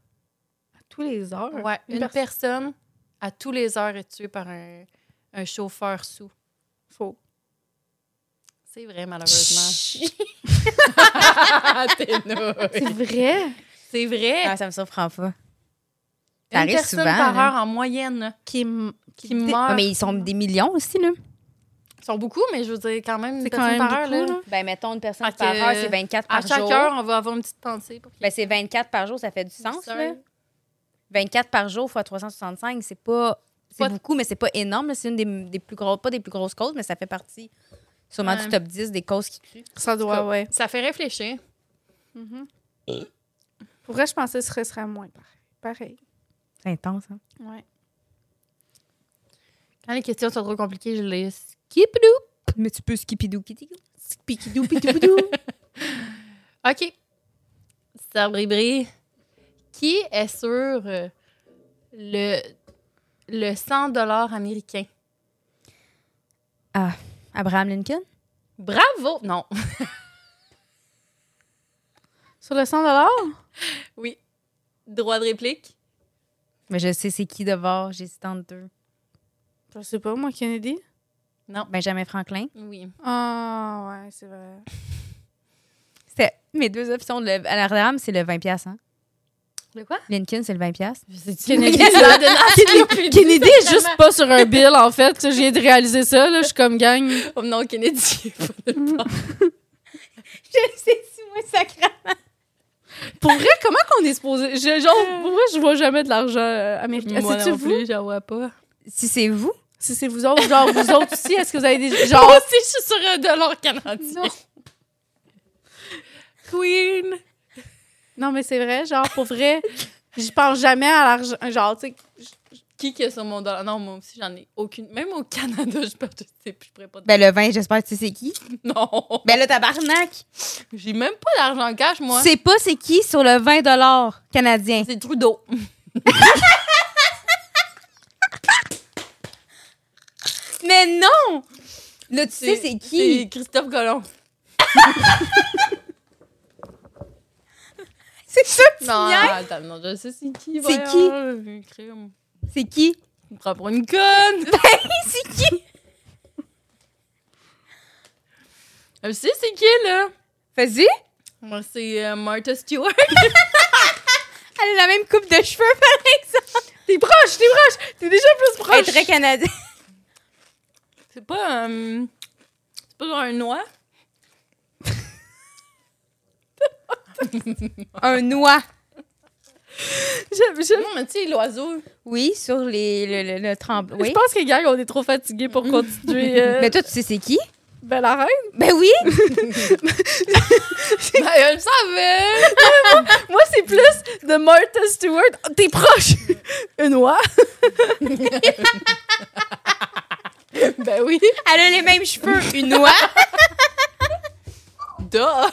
S3: À tous les heures.
S1: Ouais, une,
S3: Une perso-
S1: personne à tous les heures est tuée par un, un chauffeur sous.
S3: Faux.
S1: C'est vrai, malheureusement. T'es nulle.
S3: C'est vrai?
S1: C'est vrai.
S2: Ah, ça me surprend pas. Ça
S1: une
S2: arrive
S1: personne
S2: souvent,
S1: par
S2: hein.
S1: heure en moyenne
S3: Qui, m-
S1: qui meurt.
S2: Ouais, mais ils sont des millions aussi, là.
S1: Ils sont beaucoup, mais je veux dire, quand même, une
S3: C'est quand
S1: personne
S3: même
S1: par heure.
S3: beaucoup,
S1: là.
S3: là.
S2: Ben, mettons, une personne
S1: Fait
S2: par
S1: que,
S2: heure, c'est 24
S1: À
S2: par
S1: chaque
S2: jour.
S1: heure, on va avoir une petite pensée pour qu'il
S2: Ben, c'est 24 par jour, ça fait du sens,
S1: Ça,
S2: là. 24 par jour fois 365, c'est pas. C'est
S1: Pas-
S2: beaucoup, mais c'est pas énorme. là. C'est une des, des plus grosses, pas des plus grosses causes, mais ça fait partie sûrement
S1: Ouais.
S2: du top 10 des causes qui tuent.
S3: Ça doit, ouais.
S1: Ça fait réfléchir.
S3: Mm-hmm. Euh. Pour vrai, je pensais que ce serait, serait moins pareil. Pareil.
S2: C'est intense, hein?
S3: Ouais.
S1: Quand Ah, les questions sont trop compliquées, je les
S2: Mais tu peux skipidou kitty.
S3: Pikidou, pikidoubidou.
S1: OK. Sabribri, qui est sur euh, le, le 100 américain?
S2: Abraham Lincoln?
S1: Bravo! Non.
S3: Sur le 100
S1: Oui. Droit de réplique?
S2: Mais je sais c'est qui de bord, j'hésite entre deux.
S3: Je sais pas, moi, Kennedy.
S1: Non.
S2: Benjamin Franklin.
S1: Oui.
S3: Ah, ouais, c'est vrai.
S2: C'était mes deux options. Le, à la Abraham, c'est le 20$, hein?
S1: De quoi?
S2: Lincoln, c'est le 20$.
S1: Kennedy,
S3: Kennedy, Ah,
S1: ça donne à Kennedy,
S3: Kennedy est juste pas sur un bill, en fait. J'ai viens de réaliser ça, là. Je suis comme gang.
S1: Oh non, Kennedy.
S2: Je sais si moi, sacrément.
S3: Pour vrai, comment qu'on est supposé. Je, genre, pour vrai, je vois jamais de l'argent euh, américain.
S1: Moi
S3: C'est-tu
S1: non
S3: vous?
S1: plus, j'en vois pas.
S2: Si c'est vous,
S3: Si c'est vous autres, genre, vous autres aussi, est-ce que vous avez des.
S1: Moi
S3: Genre.
S1: aussi, Oh, je suis sur un dollar canadien.
S3: Non.
S1: Queen.
S3: Non, mais c'est vrai, genre, pour vrai, j'y pense jamais à l'argent. Genre, tu sais.
S1: Qui qui est sur mon dollar? Non, moi aussi, j'en ai aucune. Même au Canada, je peux je sais plus, je pourrais pas te
S2: ben le 20, j'espère que tu sais c'est qui.
S1: Non.
S2: Ben le tabarnak!
S1: J'ai même pas d'argent en cash, moi.
S2: Tu sais pas c'est qui sur le 20$ canadien.
S1: C'est Trudeau.
S2: Mais non! Là, tu sais, c'est
S1: C'est
S2: qui?
S1: Christophe Colomb.
S2: C'est ça, tu
S1: Non,
S2: niaises?
S1: attends, non, je sais c'est qui.
S2: C'est
S1: voyons. Crime.
S2: C'est qui?
S1: Tu me prends pour une conne.
S2: C'est qui?
S1: Euh, Si, c'est qui, là?
S2: Vas-y.
S1: Moi, c'est euh, Martha Stewart.
S2: Elle a la même coupe de cheveux, par exemple.
S3: T'es proche, t'es proche! T'es déjà plus
S2: Elle est
S3: proche!
S2: très canadienne.
S1: C'est pas. euh, c'est pas genre un noix.
S2: Un noix.
S3: J'aime- j'aime-
S1: Non, mais tu sais, l'oiseau.
S2: Oui, sur les, le, le, le tremble-
S3: Je
S2: Oui.
S3: pense que, gars, on est trop fatigués
S1: Mm.
S3: pour continuer. euh,
S2: Mais toi, tu sais c'est qui?
S3: ben, la reine.
S2: Ben oui!
S1: ben, elle le savait!
S3: Moi, c'est plus de Martha Stewart. Oh, T'es proche! Une oie.
S1: ben oui!
S2: Elle a les mêmes cheveux, une noix.
S1: Da!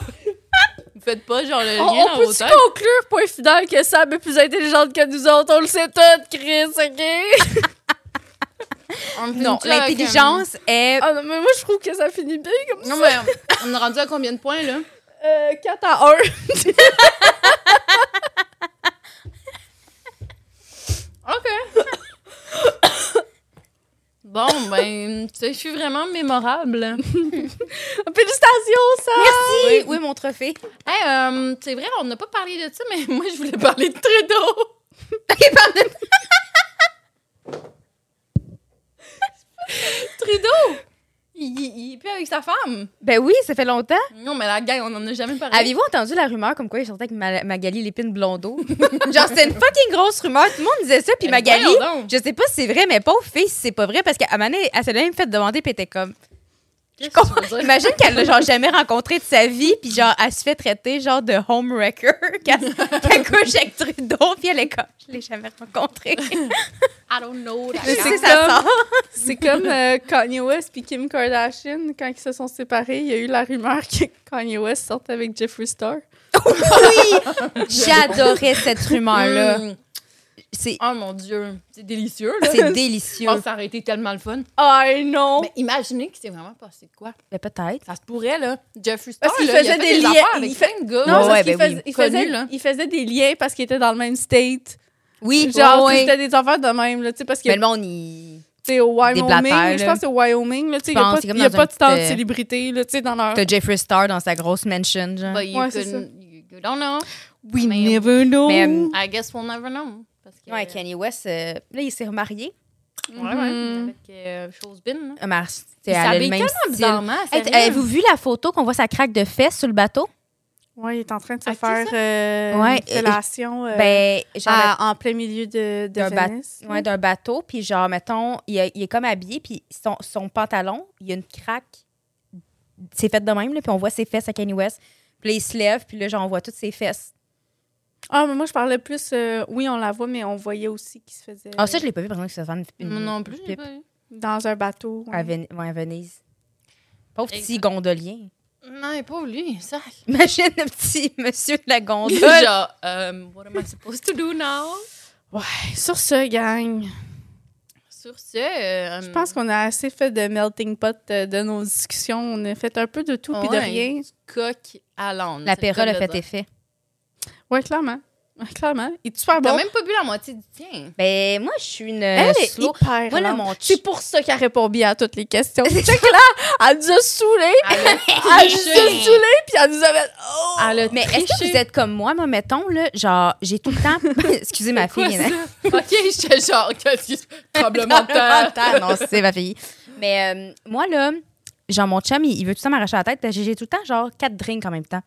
S1: Vous faites pas genre le
S3: On,
S1: lien
S3: on
S1: dans vos
S3: peut-tu
S1: têtes.
S3: conclure, point final, que Sam est plus intelligente que nous autres? On le sait toutes, Chris, OK?
S1: Non,
S2: L'intelligence est.
S3: Ah, non, mais moi, je trouve que ça finit bien comme
S1: Non,
S3: ça.
S1: mais on est rendu à combien de points, là?
S3: Euh, 4 à 1.
S1: OK. bon, ben, tu sais, je suis vraiment mémorable.
S2: Ah,
S3: Félicitations, Sam!
S2: Merci! Oui, mon trophée.
S1: Hey, euh, c'est vrai, on n'a pas parlé de ça, mais moi, je voulais parler de Trudeau.
S2: Ok, pardon.
S1: Trudeau! Il, il, il est plus avec sa femme.
S2: Ben oui, ça fait longtemps.
S1: Non, mais la gang, on n'en a jamais parlé.
S2: Avez-vous entendu la rumeur comme quoi il sortait avec Ma- Magali Lépine Blondeau? Genre, c'était une fucking grosse rumeur. Tout le monde disait ça. Puis
S1: Ben,
S2: Magali,
S1: voyons donc.
S2: je sais pas si c'est vrai, mais pauvre fille, si c'est pas vrai, parce qu'à un moment donné, elle s'est même fait demander, puis elle était comme.
S1: Qu'est-ce que tu veux dire?
S2: Imagine qu'elle l'a genre jamais rencontré de sa vie, puis genre, elle se fait traiter genre de homewrecker, qu'elle qu'elle couche avec Trudeau, puis elle est comme, je l'ai jamais rencontré.
S1: I don't know. la
S2: Je
S1: gang.
S2: sais, ça
S3: comme-
S2: sort.
S3: C'est comme euh, Kanye West puis Kim Kardashian, quand ils se sont séparés, il y a eu la rumeur que Kanye West sortait avec Jeffree Star.
S2: Oui! J'adorais cette rumeur-là.
S1: Mm.
S2: C'est
S1: Oh mon Dieu, c'est délicieux,
S2: Ah,
S1: là.
S2: c'est
S1: Oh,
S2: délicieux.
S1: ça aurait été tellement le fun.
S3: I know!
S1: Mais imaginez qu'il s'est vraiment passé de quoi.
S2: Mais peut-être.
S1: Ça se pourrait, là. Jeffree Star,
S3: Parce qu'il
S1: là,
S3: faisait
S1: il a fait
S3: des liens,
S1: affaires avec
S3: il
S1: plein de gars.
S3: Non,
S2: Ouais,
S3: parce
S2: ouais,
S3: qu'il
S2: ben
S3: fais-
S2: oui.
S3: il, faisait,
S1: Connu, là.
S3: il faisait des liens parce qu'il était dans le même state.
S2: Oui,
S3: Genre,
S2: ouais, ouais.
S3: c'était des affaires de même, là, tu sais, parce que,
S2: Mais le monde, il.
S3: tu sais, au
S2: blatères,
S3: Wyoming,
S2: Ben,
S3: je
S2: là.
S3: pense que c'est au Wyoming, là, tu sais, il
S2: Je pense, c'est
S3: n'y
S2: comme
S3: a pas, il y a
S2: dans
S3: pas
S2: un
S3: de tant de
S2: petit, euh,
S3: célébrités, là, tu sais, dans leur...
S2: T'as Jeffree Star dans sa grosse mansion, genre.
S1: But you
S3: Ouais, c'est
S1: couldn't- you- you don't know.
S3: We
S1: Mais- um,
S3: never know!
S2: Mais, euh,
S1: I guess we'll never know. Parce que,
S2: Ouais, Kanye West, euh, là, il s'est remarié.
S1: Ouais, ouais.
S3: hmm.
S1: Avec euh, Chose Bin, là.
S2: Euh, mais c'est-
S1: Il
S2: elle a le
S1: s'habille
S2: même
S1: tellement
S2: style.
S1: bizarrement,
S2: Hey,
S1: sérieux.
S2: Avez-vous vu la photo qu'on voit sa craque de fesses sur le bateau?
S3: Ouais, il est en train de se
S1: À qui,
S3: faire euh,
S2: Ouais,
S3: une fellation euh,
S2: Ben, genre,
S3: à- en plein milieu de, de
S2: d'un bat-
S3: Venice.
S2: ouais, d'un bateau, puis genre, mettons, il, est- il est comme habillé, puis son, son pantalon, il y a une craque. C'est fait de même, là, puis on voit ses fesses à Kanye West. Puis là, il se lève, puis là, genre, on voit toutes ses fesses.
S3: Ah, mais moi, je parlais plus. euh, oui, on la voit, mais on voyait aussi qu'il se faisait
S2: Ah, ça, je l'ai pas vu, par exemple, que ça se vende une,
S1: Moi non plus,
S2: une
S1: j'ai
S2: pipe
S1: pas vu.
S3: dans un bateau. ouais.
S2: à, Ven- ouais, à Venise. Pauvre petit
S1: Exact.
S2: gondolien.
S1: Non, et pas lui, ça.
S2: Imagine le petit monsieur de la gondole.
S1: Genre, um, what am I supposed to do now?
S3: Ouais, sur ce, gang,
S1: Sur ce, euh,
S3: je pense qu'on a assez fait de melting pot euh, de nos discussions. On a fait un peu de tout puis de
S1: Ouais.
S3: rien.
S1: coq à Londres.
S2: La
S1: c'est le
S2: pérole a
S1: cas de
S2: fait
S1: le dire.
S2: effet.
S3: Ouais, clairement. Ouais, clairement. Il est super
S1: T'as
S3: bon.
S1: même pas bu la moitié du tien.
S2: Ben, moi, je suis une
S3: Elle est
S2: slow.
S3: hyper
S2: Moi, là,
S3: lente.
S2: mon ch-
S3: C'est pour ça qu'elle répond bien à toutes les questions. C'est que là, elle nous a saoulés.
S2: Ah,
S3: Elle nous a
S1: triché.
S3: saoulés, puis elle nous a fait... Oh!
S1: Elle a
S2: Mais est-ce que
S1: triché.
S2: vous êtes comme moi, moi, mettons, là, genre, j'ai tout le temps. Excusez ma fille. hein. Lina.
S1: Quoi, ça? OK, j'étais genre, qu'est-ce qui se Tremblement de terre.
S2: Mental, non, c'est ma fille. Mais euh, moi, là, genre, mon chum, il, il veut tout ça m'arracher la tête parce que j'ai tout le temps, genre, quatre drinks en même temps.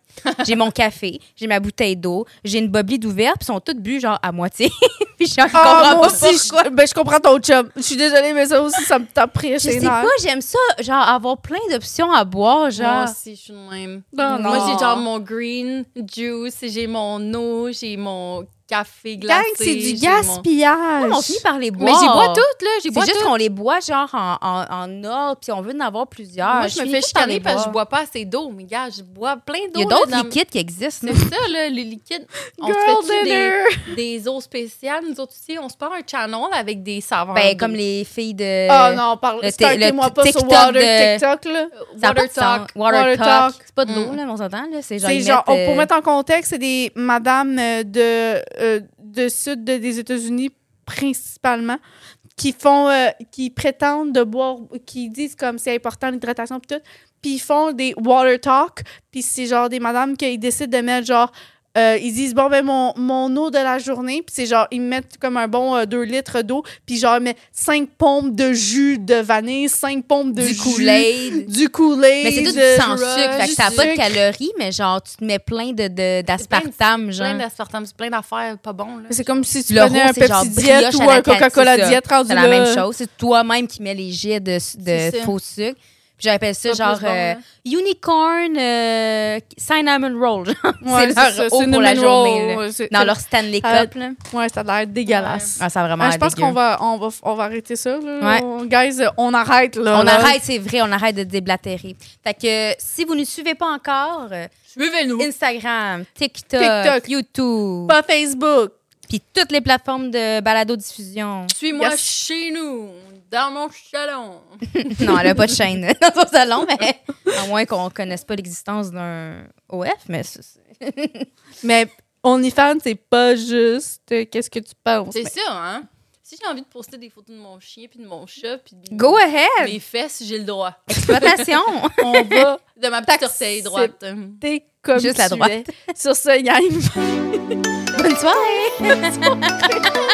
S2: J'ai mon café, j'ai ma bouteille d'eau, j'ai une boblie d'ouvert, puis ils sont toutes bu, genre, à moitié. puis genre, je
S3: Ah,
S2: comprends pas
S3: moi aussi,
S2: pourquoi.
S3: je, ben, je comprends ton chum. Je suis désolée, mais ça aussi, ça me tape pris
S2: Je sais pas, j'aime ça, genre, avoir plein d'options à boire,
S1: Moi
S2: genre.
S1: aussi, je suis de même.
S3: Non,
S1: Moi,
S2: non.
S1: j'ai genre mon green juice, j'ai mon eau, j'ai mon café
S3: Gang,
S1: glacé.
S3: c'est du
S1: j'ai mon-
S3: gaspillage.
S2: on finit par les boire.
S1: Mais j'ai bois toutes, là. J'ai bois
S2: C'est juste
S1: toutes.
S2: qu'on les boit genre en, en, en ordre, puis on veut en avoir plusieurs.
S1: Moi, je me
S2: finis
S1: fais
S2: tout par
S1: chicaner
S2: les
S1: parce que je
S2: boire.
S1: bois pas assez d'eau. Mais gars, je bois plein
S2: Il
S1: d'eau.
S2: y a
S1: là,
S2: d'autres
S1: dans-
S2: liquides qui existent. là.
S1: C'est ça, là, les liquides. On
S3: Girl
S1: se fait des,
S3: dinner.
S1: des eaux spéciales. Nous autres aussi, on se prend un channel avec des saveurs.
S2: Ben,
S1: d'eau.
S2: comme les filles de.
S1: Ah,
S3: Oh non, parle.
S2: Euh, le t-
S3: Startez-moi
S2: le
S3: pas sur
S2: TikTok
S3: Water
S2: de-
S3: TikTok, là.
S2: Ça a pas
S1: Water
S2: de sens.
S1: talk.
S2: Water,
S3: Water
S2: talk.
S3: talk.
S2: C'est pas de
S1: Mm.
S2: l'eau, là, mais on s'entend, là. C'est genre.
S3: C'est
S2: ils
S3: genre,
S2: mettent,
S3: on- pour
S2: euh,
S3: mettre en contexte, c'est des madames euh, de, euh, de sud de- des États-Unis, principalement, qui font, euh, qui prétendent de boire, qui disent comme c'est important l'hydratation pis tout, puis ils font des water talk, puis c'est genre des madames qui décident de mettre genre euh, ils disent bon ben mon, mon eau de la journée puis c'est genre ils mettent comme un bon 2 litres d'eau puis genre ils mettent 5 pompes de jus de vanille, 5 pompes de
S2: du
S3: jus
S2: Kool-Aid.
S3: du Kool-Aid.
S2: Mais c'est tout du
S3: euh,
S2: sans
S3: du
S2: sucre, fait que
S3: du
S2: ça n'a pas de
S3: sucre.
S2: calories, mais genre, tu te mets plein de- de- d'aspartame,
S1: Plein
S2: genre.
S1: d'aspartame, c'est plein d'affaires pas bon. Là.
S3: Mais C'est comme si tu
S2: Le
S3: prenais
S2: rose,
S3: un
S2: c'est
S3: Pepsi
S2: genre
S3: diète
S2: brioche
S3: ou
S2: à la
S3: un
S2: carte,
S3: Coca-Cola
S2: c'est ça.
S3: diète rendu
S2: C'est la
S3: là.
S2: même chose. C'est toi-même qui mets les jets de,
S1: C'est
S2: de
S1: ça.
S2: faux sucre. Puis j'appelle ça
S1: Pas
S2: genre
S1: plus bon,
S2: euh,
S1: là.
S2: Unicorn euh, Cinnamon Roll. genre.
S3: Ouais,
S2: c'est leur
S3: ça,
S2: eau pour la
S3: cinnamon
S2: journée.
S3: roll,
S2: là.
S3: c'est-
S2: Dans leur Stanley Cup.
S3: Ah,
S2: là.
S3: Ouais, ça a l'air dégueulasse.
S2: Ah, ça a vraiment
S3: Ah, je pense
S2: dégueu.
S3: qu'on va, on va, on va arrêter ça. Là.
S2: Ouais.
S3: On- guys, on arrête. Là,
S2: On
S3: là.
S2: arrête, c'est vrai, on arrête de déblatérer. Fait que euh, si vous ne nous suivez pas encore, euh,
S1: Suivez-nous.
S2: Instagram, TikTok,
S3: TikTok.
S2: YouTube,
S3: Pas Facebook.
S2: puis toutes les plateformes de balado-diffusion.
S1: Suis-moi
S3: Yes.
S1: chez nous, dans mon salon.
S2: non, elle n'a pas de chaîne euh, dans son salon, mais à moins qu'on ne connaisse pas l'existence d'un OF, mais ça, c'est-
S3: Mais OnlyFans, c'est pas juste euh, qu'est-ce que tu penses.
S1: C'est
S3: mais-
S1: ça, hein? Si j'ai envie de poster des photos de mon chien, puis de mon chat, puis de
S2: Go ahead!
S1: mes fesses, j'ai le droit.
S2: Exploitation!
S3: On va
S1: De ma petite orteille droite. hein.
S3: t'es comme
S2: Juste la
S3: tu
S2: droite.
S3: es. Sur ce, gang.
S2: Bonne soirée!